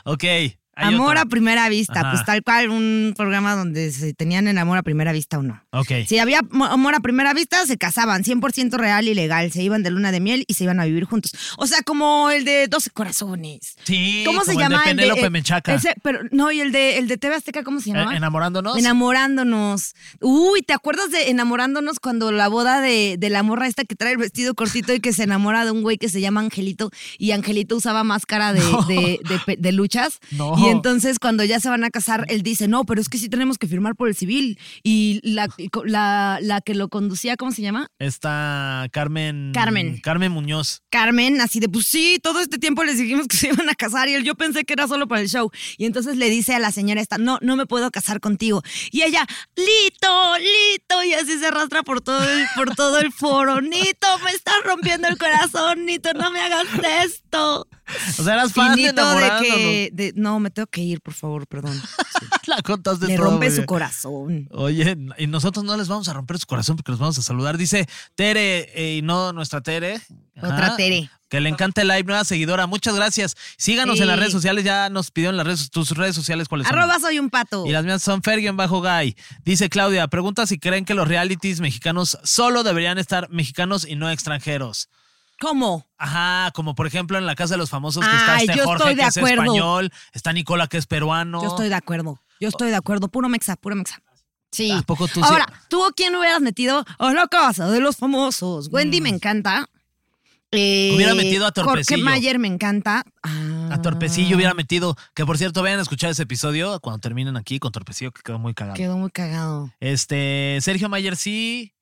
Ok. hay Amor otra. a primera vista, Ajá. pues tal cual un programa donde se tenían el amor a primera vista o no. Ok. Si había mo- amor a primera vista, se casaban, 100% real y legal, se iban de luna de miel y se iban a vivir juntos. O sea, como el de 12 corazones. Sí, ¿Cómo se como el de llama? Penélope eh, Menchaca. ese- pero, no, y el de, el de TV Azteca, ¿cómo se llamaba? Eh, ¿Enamorándonos? Enamorándonos. Uy, ¿te acuerdas de Enamorándonos cuando la boda de, de la morra esta que trae el vestido cortito y que se enamora de un güey que se llama Angelito y Angelito usaba máscara de, de- de pe- de luchas? No. Y entonces cuando ya se van a casar, él dice, no, pero es que sí tenemos que firmar por el civil. Y la, la, la que lo conducía, ¿cómo se llama? Está Carmen. Carmen. Carmen Muñoz. Carmen, así de, pues sí, todo este tiempo les dijimos que se iban a casar y él, yo pensé que era solo para el show. Y entonces le dice a la señora esta, no, no me puedo casar contigo. Y ella, Lito, Lito, y así se arrastra por todo el, por todo el foro. Nito, me estás rompiendo el corazón, Nito, no me hagas esto. O sea, eras Y fan de Nito de enamorándonos. que, de- no, me tengo que ir, por favor, perdón. La contaste Le todo, rompe muy su bien. corazón. Oye, y nosotros no les vamos a romper su corazón porque los vamos a saludar. Dice Tere, eh, y no nuestra Tere. Otra Tere. Que le encanta el live, nueva seguidora. Muchas gracias. Síganos Sí. en las redes sociales. Ya nos pidieron las redes, tus redes sociales cuáles son. Arroba soy un pato. Pues, Y las mías son Fergien bajo Guy. Dice Claudia, pregunta si creen que los realities mexicanos solo deberían estar mexicanos y no extranjeros. ¿Cómo? Ajá, como por ejemplo en la casa de los famosos que está Ay, este yo Jorge estoy de que es acuerdo. español, está Nicola que es peruano. Yo estoy de acuerdo. Yo estoy de acuerdo. Puro mexa, puro mexa. Sí. ¿A poco tú sí? Ahora, ¿tú a quién hubieras metido? A la casa de los famosos. Wendy me encanta. Eh, Mm. Hubiera metido a Jorge Torpecillo. Mayer me encanta. Ah. A Torpecillo hubiera metido, que por cierto, vayan a escuchar ese episodio cuando terminen aquí con Torpecillo que quedó muy cagado. Ah, Quedó muy cagado. Este, Sergio Mayer sí.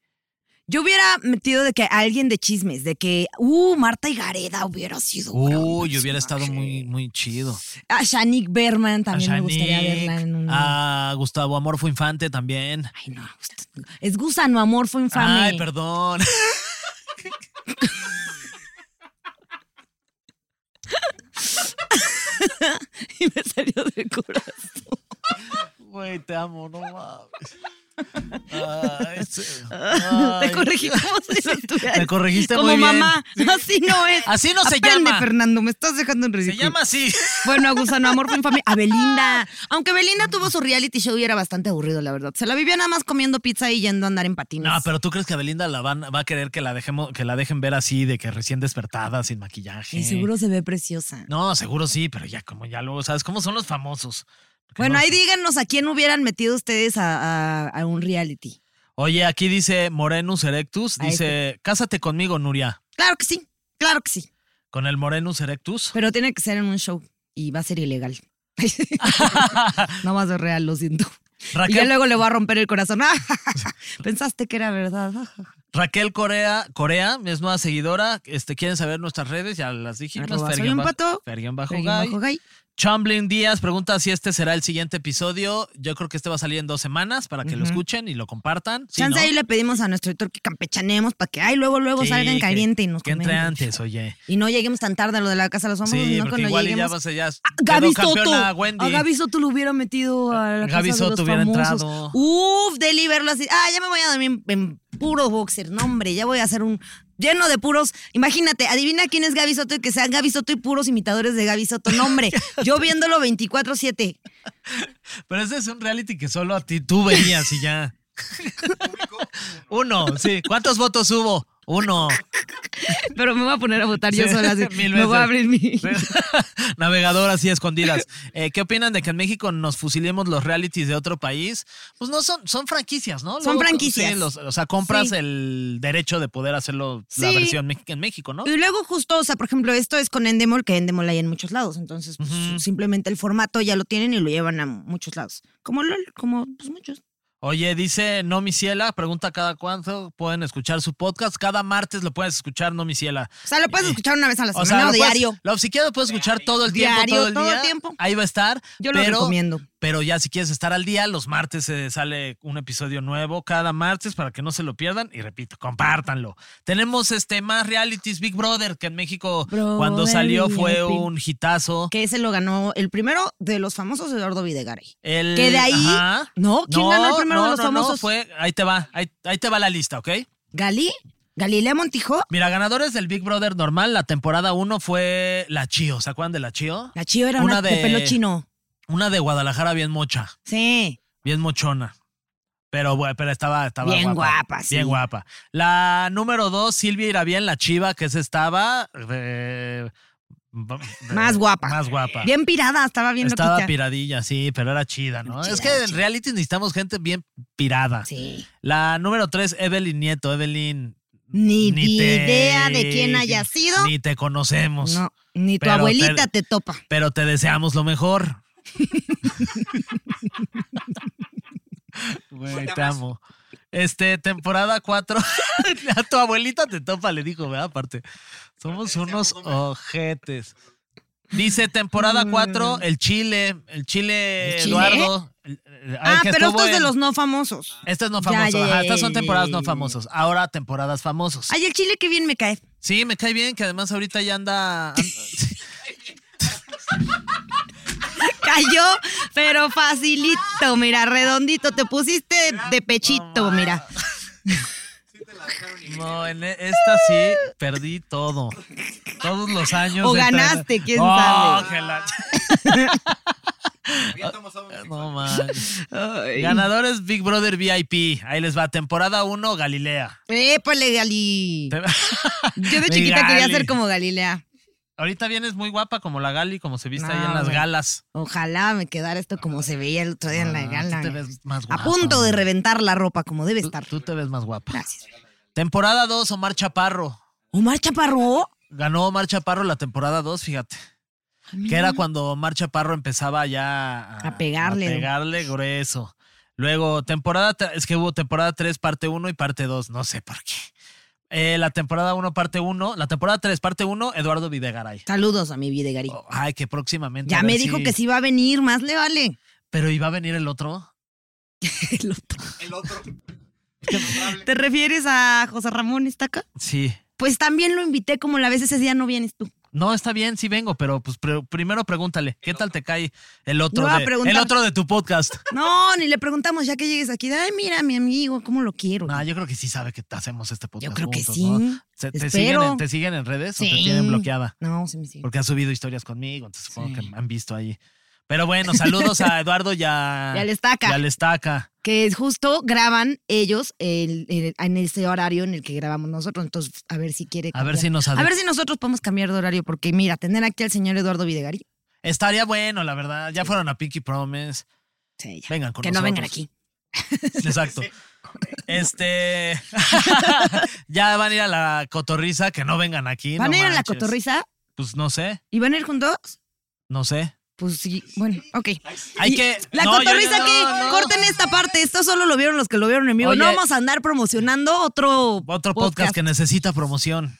Yo hubiera metido de que alguien de chismes, de que, uh, Marta y Gareda hubiera sido. gran Uy, hubiera estado personaje. muy, muy chido. A Shanique Berman también a me gustaría Shanique, ah. verla en un. A Gustavo Amorfo Infante también. Ay, no, es gusano, amor, fue infame. Ay, perdón. y me salió del corazón. Güey, te amo, no mames. Ay, es- Te ay. corregí como si no estuvieras- Me corregiste como muy bien. mamá. Así no es. Así no se Aprende, llama. Fernando, me estás dejando en Se ridículo. llama así. Bueno, a Gusano Amor fue infame. A Belinda. Aunque Belinda tuvo su reality show y era bastante aburrido, la verdad. Se la vivía nada más comiendo pizza y yendo a andar en patines. No, pero tú crees que a Belinda la van, va a querer que la dejemos, que la dejen ver así, de que recién despertada, sin maquillaje. Y seguro se ve preciosa. No, seguro sí, pero ya como ya luego sabes cómo son los famosos. Que bueno, no- ahí díganos a quién hubieran metido ustedes a, a- a un reality. Oye, aquí dice Morenus Erectus, Ahí dice, cásate conmigo, Nuria. Claro que sí, claro que sí. Con el Morenus Erectus. Pero tiene que ser en un show y va a ser ilegal. no va a ser real, lo siento. Y yo Raquel, luego le voy a romper el corazón. Pensaste que era verdad. Raquel Corea, Corea, es nueva seguidora. Este, quieren saber nuestras redes, ya las dijimos. Arroba soy Ferguión un ba- pato, Ferguión bajo Alguien gay. bajo gay. Chamblin Díaz pregunta si este será el siguiente episodio. Yo creo que este va a salir en dos semanas para que lo escuchen y lo compartan. Sí, Chance ¿no? ahí le pedimos a nuestro editor que campechanemos para que ay, luego, luego Sí, salgan que- caliente y nos Que entre comenten. antes, oye. Y no lleguemos tan tarde a lo de la casa de los famosos, Sí, no porque cuando igual y ya lleguemos. vas a ya. Ah, quedó Gaby Soto. campeona A Wendy. Gaby Soto lo hubiera metido a la Gaby casa de Soto los hubiera famosos. entrado. Uf, Deli verlo así. Ah, ya me voy a dormir en puro boxer. No, hombre, ya voy a hacer un lleno de puros. Imagínate, adivina quién es Gaby Soto y que sean Gaby Soto y puros imitadores de Gaby Soto. No, hombre, yo viéndolo 24-7. Pero ese es un reality que solo a ti tú veías y ya. Uno, sí. ¿Cuántos votos hubo? Uno. Pero me voy a poner a votar yo Sí, sola. así. mil Me voy a veces. abrir mi. Navegador así escondidas. Eh, ¿Qué opinan de que en México nos fusilemos los realities de otro país? Pues no son, son franquicias, ¿no? Son franquicias. sí, los- o sea, compras Sí. el derecho de poder hacerlo la Sí. versión mex- en México, ¿no? Y luego justo, o sea, por ejemplo, esto es con Endemol, que Endemol hay en muchos lados. Entonces, pues, simplemente el formato ya lo tienen y lo llevan a muchos lados. Como LOL, como pues, muchos. Oye, dice No Mi Ciela, pregunta cada cuánto pueden escuchar su podcast. Cada martes lo puedes escuchar, No Mi Ciela. O sea, lo puedes escuchar una vez a la semana o Eh, lo puedes- diario. lo- si quieres lo puedes escuchar todo el tiempo, Diario, todo el todo el día. tiempo. Ahí va a estar. Yo lo pero- recomiendo. Pero ya si quieres estar al día, los martes eh, sale un episodio nuevo cada martes para que no se lo pierdan. Y repito, compártanlo. Tenemos este más realities Big Brother, que en México Brother cuando salió fue VIP. un hitazo. Que ese lo ganó el primero de los famosos Eduardo Videgaray. El- Que de ahí- ajá. ¿No? ¿Quién ganó el primero de los famosos? fue, ahí te va, ahí, ahí te va la lista, ¿ok? ¿Galí? ¿Galilea Montijo? Mira, ganadores del Big Brother normal, la temporada 1 fue la Chio. ¿Se acuerdan de la Chio? La chiva era una, Una de... de- pelo chino. Una de Guadalajara bien mocha. Sí. Bien mochona. Pero, bueno, pero estaba, estaba Bien guapa. guapa, sí. Bien guapa. La número dos, Silvia Irabien, la chiva, que se estaba. eh, b- Más guapa. Más guapa. Bien pirada, estaba bien estaba loquita. piradilla, sí, pero era chida, ¿no? Chida, es que en chida. reality necesitamos gente bien pirada. Sí. La número tres, Evelyn Nieto. Evelyn. Ni, te- idea de quién haya sido. Ni te conocemos. no, ni tu Pues, Pero abuelita te- te topa. Pero te deseamos lo mejor. Güey, te amo. Este, temporada 4. A tu abuelita te topa, le dijo, ¿verdad? Aparte. Somos unos ojetes. Dice temporada 4, el Chile. El Chile, ¿El Chile? Eduardo. el- el- Ah, que pero estuvo estos de en- los no famosos. Estas no Ya, famosas. ya, ya, ajá, estas ya, son ya, temporadas ya, no ya, ya. famosos. Ahora temporadas famosos. Ay, el chile que bien me cae. Sí, me cae bien que además ahorita ya anda. Cayó, pero facilito, mira, redondito. Te pusiste de pechito, mira. No, en e- esta sí perdí todo. Todos los años. O de entrenar. ganaste, quién Oh, sabe. que la- no manches. Ganadores Big Brother VIP. Ahí les va. Temporada 1, Galilea. Épale, Gali. Te- Yo de Mi chiquita quería Gali. ser como Galilea. Ahorita vienes muy guapa como la Gali, como se viste ahí No, en las güey. galas. Ojalá me quedara esto como se veía el otro día en la Ah, tú gala. te ves más A guapa, punto de güey. reventar la ropa, como debe Tú, estar. tú te ves más guapa. Gracias. Temporada 2, Omar Chaparro. Omar Chaparro. Ganó Omar Chaparro la temporada 2, fíjate. Que era cuando Omar Chaparro empezaba ya a, Ah, A pegarle. a pegarle grueso. Luego, temporada, tre- es que hubo temporada 3, parte 1 y parte 2, no sé por qué. Eh, la temporada 1, parte 1, la temporada 3, parte 1, Eduardo Videgaray. Saludos a mi vida, Gary. Oh, ay, que próximamente. a ya ver me dijo si- que sí va a venir, más le vale. Pero iba a venir el otro. El otro. ¿Te refieres a José Ramón está acá? Sí. Pues también lo invité, como la vez ese día no vienes tú. No, está bien, sí vengo, pero pues pre- primero pregúntale, ¿qué tal te cae el otro, Le voy a de, preguntar- el otro de tu podcast? No, ni le preguntamos ya que llegues aquí. de, Ay, mira, mi amigo, cómo lo quiero. No, Ah, yo creo que sí sabe que hacemos este podcast. Yo creo que juntos, sí. ¿no? Se- ¿Te, siguen Espero. en, te siguen en redes o te Sí. tienen bloqueada? No, se me sigue. Porque han subido historias conmigo, entonces supongo que me han visto ahí. Pero bueno, saludos a Eduardo y a, Y al Estaca. y al Estaca. Que es justo graban ellos el- el- en ese horario en el que grabamos nosotros. Entonces, a ver si quiere. A ver cambiar. si nos A ade- ver si nosotros podemos cambiar de horario, porque mira, tener aquí al señor Eduardo Videgaray. Estaría bueno, la verdad. Ya fueron a Pinky Promise. Sí, ya. Vengan con que no nosotros. vengan aquí. Exacto. Este. ya van a ir a la cotorriza, que no vengan aquí. ¿Van no a ir a la manches. cotorriza? Pues no sé, ¿Y van a ir juntos? no sé. Pues sí, bueno, ok. Hay Y- que. La no, yo- cotorriza no, que no. corten esta parte. Esto solo lo vieron los que lo vieron en vivo. Oye. no vamos a andar promocionando otro, Otro podcast, que necesita promoción.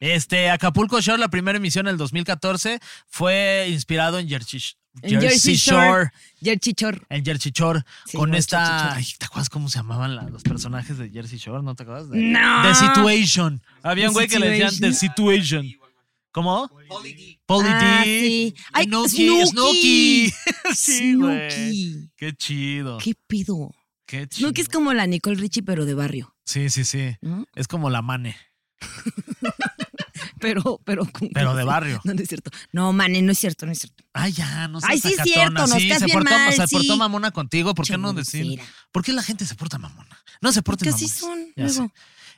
Este, Acapulco Shore, la primera emisión en el 2014, fue inspirado en Jersey, En Jersey Shore. Jersey Shore. En Jersey Shore, Sí, con Jersey esta. Shore. Ay, ¿Te acuerdas cómo se llamaban la- los personajes de Jersey Shore? ¿No te acuerdas? De, No. The Situation. Había un The güey que le decían The Situation. ¿Cómo? Polly D. Polly Ah, D. sí. Ay, Snooki. Snooki. Snooki. sí, güey. Snooki. Qué chido. ¿Qué pido? Qué chido. Snooki es como la Nicole Richie, pero de barrio. Sí, sí, sí. ¿no? Es como la mane. Pero, pero. con- Pero de barrio. No, no es cierto. No, mané, no es cierto, no es cierto. Ay, ya, no sé. Ay, sí es cierto, nos caes se bien portó, mal, se sí. portó mamona contigo. ¿Por qué no decir? Chancera. ¿Por qué la gente se porta mamona? No se porten Porque así mamones. son. Ya luego. sé.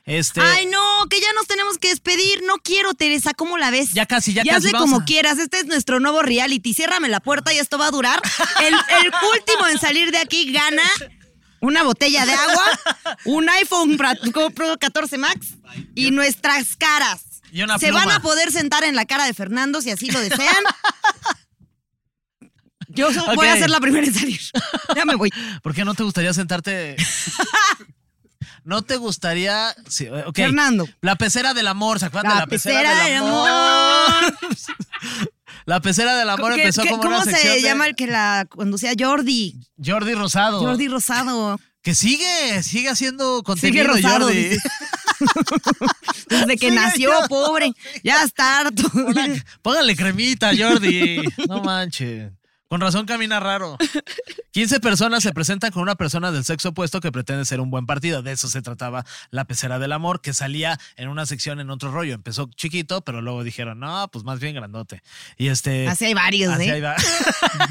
Este, Ay, no, que ya nos tenemos que despedir. No quiero, Teresa, ¿cómo la ves? Ya casi, ya Y casi, hazle vamos como a- quieras. Este es nuestro nuevo reality. Ciérrame la puerta y esto va a durar. El, el último en salir de aquí gana una botella de agua, un iPhone pra- Pro 14 Max y nuestras caras. Y una Se van pluma. a poder sentar en la cara de Fernando si así lo desean. Yo so- voy a Ok. ser la primera en salir. Ya me voy. ¿Por qué no te gustaría sentarte? ¿No te gustaría? Sí, ok. Fernando. La pecera del amor, pues ¿se acuerdan? de La pecera del amor. La pecera del amor ¿Qué- empezó qué- como ¿Cómo una sección se de Oh. llama el que la conducía? Jordi. Jordi Rosado. Jordi Rosado. Que sigue, sigue haciendo Sigue contenido Rosado. Jordi. dices. Desde que nació, pobre. Ya está harto. Hola, Póngale cremita, Jordi. No manches. Con razón camina raro. 15 personas se presentan con una persona del sexo opuesto que pretende ser un buen partido. De eso se trataba La Pecera del Amor, que salía en una sección en otro rollo. Empezó chiquito, pero luego dijeron, no, pues más bien grandote. Y este. Así hay varios, así ¿eh? ahí va.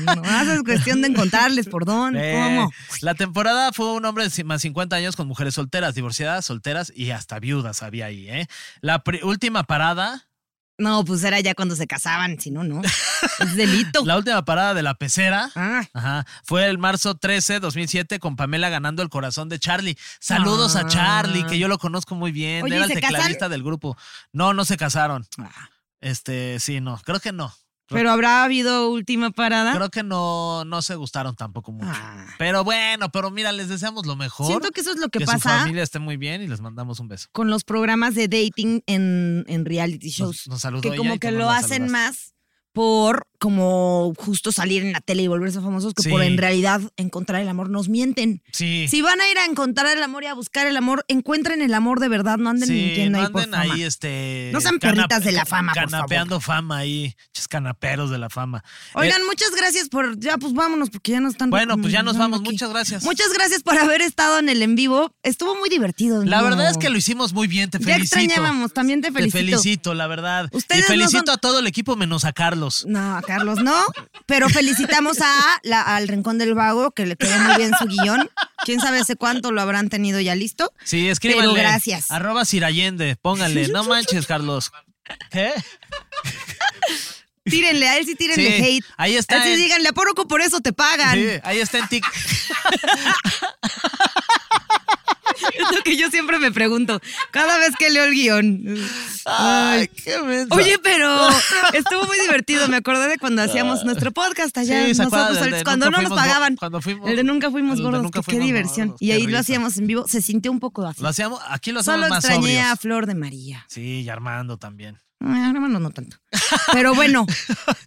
Nomás es cuestión de encontrarles, perdón. Eh, ¿Cómo? La temporada fue un hombre de ci- más 50 años con mujeres solteras, divorciadas, solteras y hasta viudas había ahí, ¿eh? La pri- última parada, No, pues era ya cuando se casaban, si no, no. Es delito. la última parada de la pecera. Ah. Ajá. Fue el marzo 13, 2007, con Pamela ganando el corazón de Charlie. Saludos a Ah. Charlie, que yo lo conozco muy bien. Oye, Era ¿y el se casaron? tecladista del grupo. No, no se casaron. Ah. Este, sí, no. Creo que no. Pero habrá habido última parada. Creo que no, no se gustaron tampoco mucho. Ah. Pero bueno, pero mira, les deseamos lo mejor. Siento que eso es lo que, que su pasa familia esté muy bien y les mandamos un beso. con los programas de dating en, en reality shows. Nos, nos saludó que ella como y que tú nos lo la hacen saludaste. más por como justo salir en la tele y volverse famosos que Sí. por en realidad encontrar el amor. Nos mienten. Sí. Si van a ir a encontrar el amor y a buscar el amor, encuentren el amor de verdad, no anden Sí, mintiendo no ahí por anden ahí, fama. este. No sean canap- perritas de la fama, por favor. Canapeando fama ahí. Chis canaperos de la fama. Eh, Oigan, muchas gracias por. Ya, pues vámonos, porque ya nos están. Bueno, pues ya nos recomendando vamos. aquí. Muchas gracias. Muchas gracias por haber estado en el en vivo. Estuvo muy divertido. La ¿no? verdad es que lo hicimos muy bien, te Ya felicito. extrañábamos, también te felicito. Te felicito, la verdad. Ustedes y no felicito son- a todo el equipo menos a Carlos. No, a Carlos no, pero felicitamos a la- al Rincón del Vago, que le quedó muy bien su guión. Quién sabe hace cuánto lo habrán tenido ya listo. Sí, escríbanle. Pero gracias. Arroba Sirallende, pónganle. No manches, Carlos. ¿Qué? Tírenle, a él sí tírenle Sí, hate. ahí está A él sí en- díganle, a Porco por eso te pagan. Sí, ahí está en TikTok. Es lo que yo siempre me pregunto cada vez que leo el guión. Ay, qué mensa. Oye, pero estuvo muy divertido. Me acordé de cuando hacíamos nuestro podcast Ah. Sí, allá ¿se acuerdan nosotros del solitos, de cuando no Nunca nos Fuimos Go- pagaban. cuando fuimos- el de nunca el fuimos de gordos, Nunca que qué Fuimos diversión. Gordos, y qué ahí risa. lo hacíamos en vivo. Se sintió un poco así. Lo hacíamos, aquí lo hacemos Solo más extrañé sobrios. a Flor de María. Sí, y Armando también. Ah, Hermano, no tanto. Pero bueno,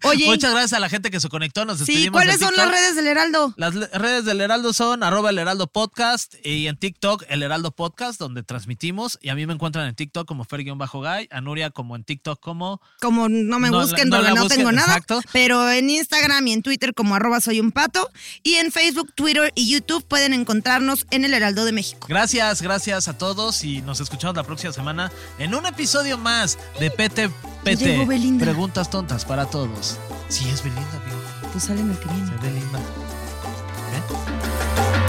oye, Muchas gracias a la gente que se conectó. Nos sí, despedimos ¿cuáles de son las TikTok. redes del Heraldo? Las le- redes del Heraldo son arroba el Heraldo Podcast y en TikTok el Heraldo Podcast, donde transmitimos. Y a mí me encuentran en TikTok como Fer-Guy, a Nuria como en TikTok como... Como no me No, busquen no la porque no busquen, tengo nada. exacto. Pero en Instagram y en Twitter como arroba soy un pato. Y en Facebook, Twitter y YouTube pueden encontrarnos en el Heraldo de México. Gracias, gracias a todos y nos escuchamos la próxima semana en un episodio más de PT PT. Llegó Belinda. Preguntas tontas para todos. Sí, es Belinda, amigo. Pues salen el que viene. Es Belinda. ¿Eh?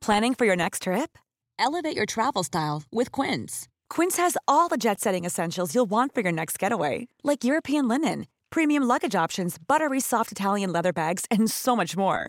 Planning for your next trip? Elevate your travel style with Quince. Quince has all the jet setting essentials you'll want for your next getaway, like European linen, premium luggage options, buttery soft Italian leather bags, and so much more.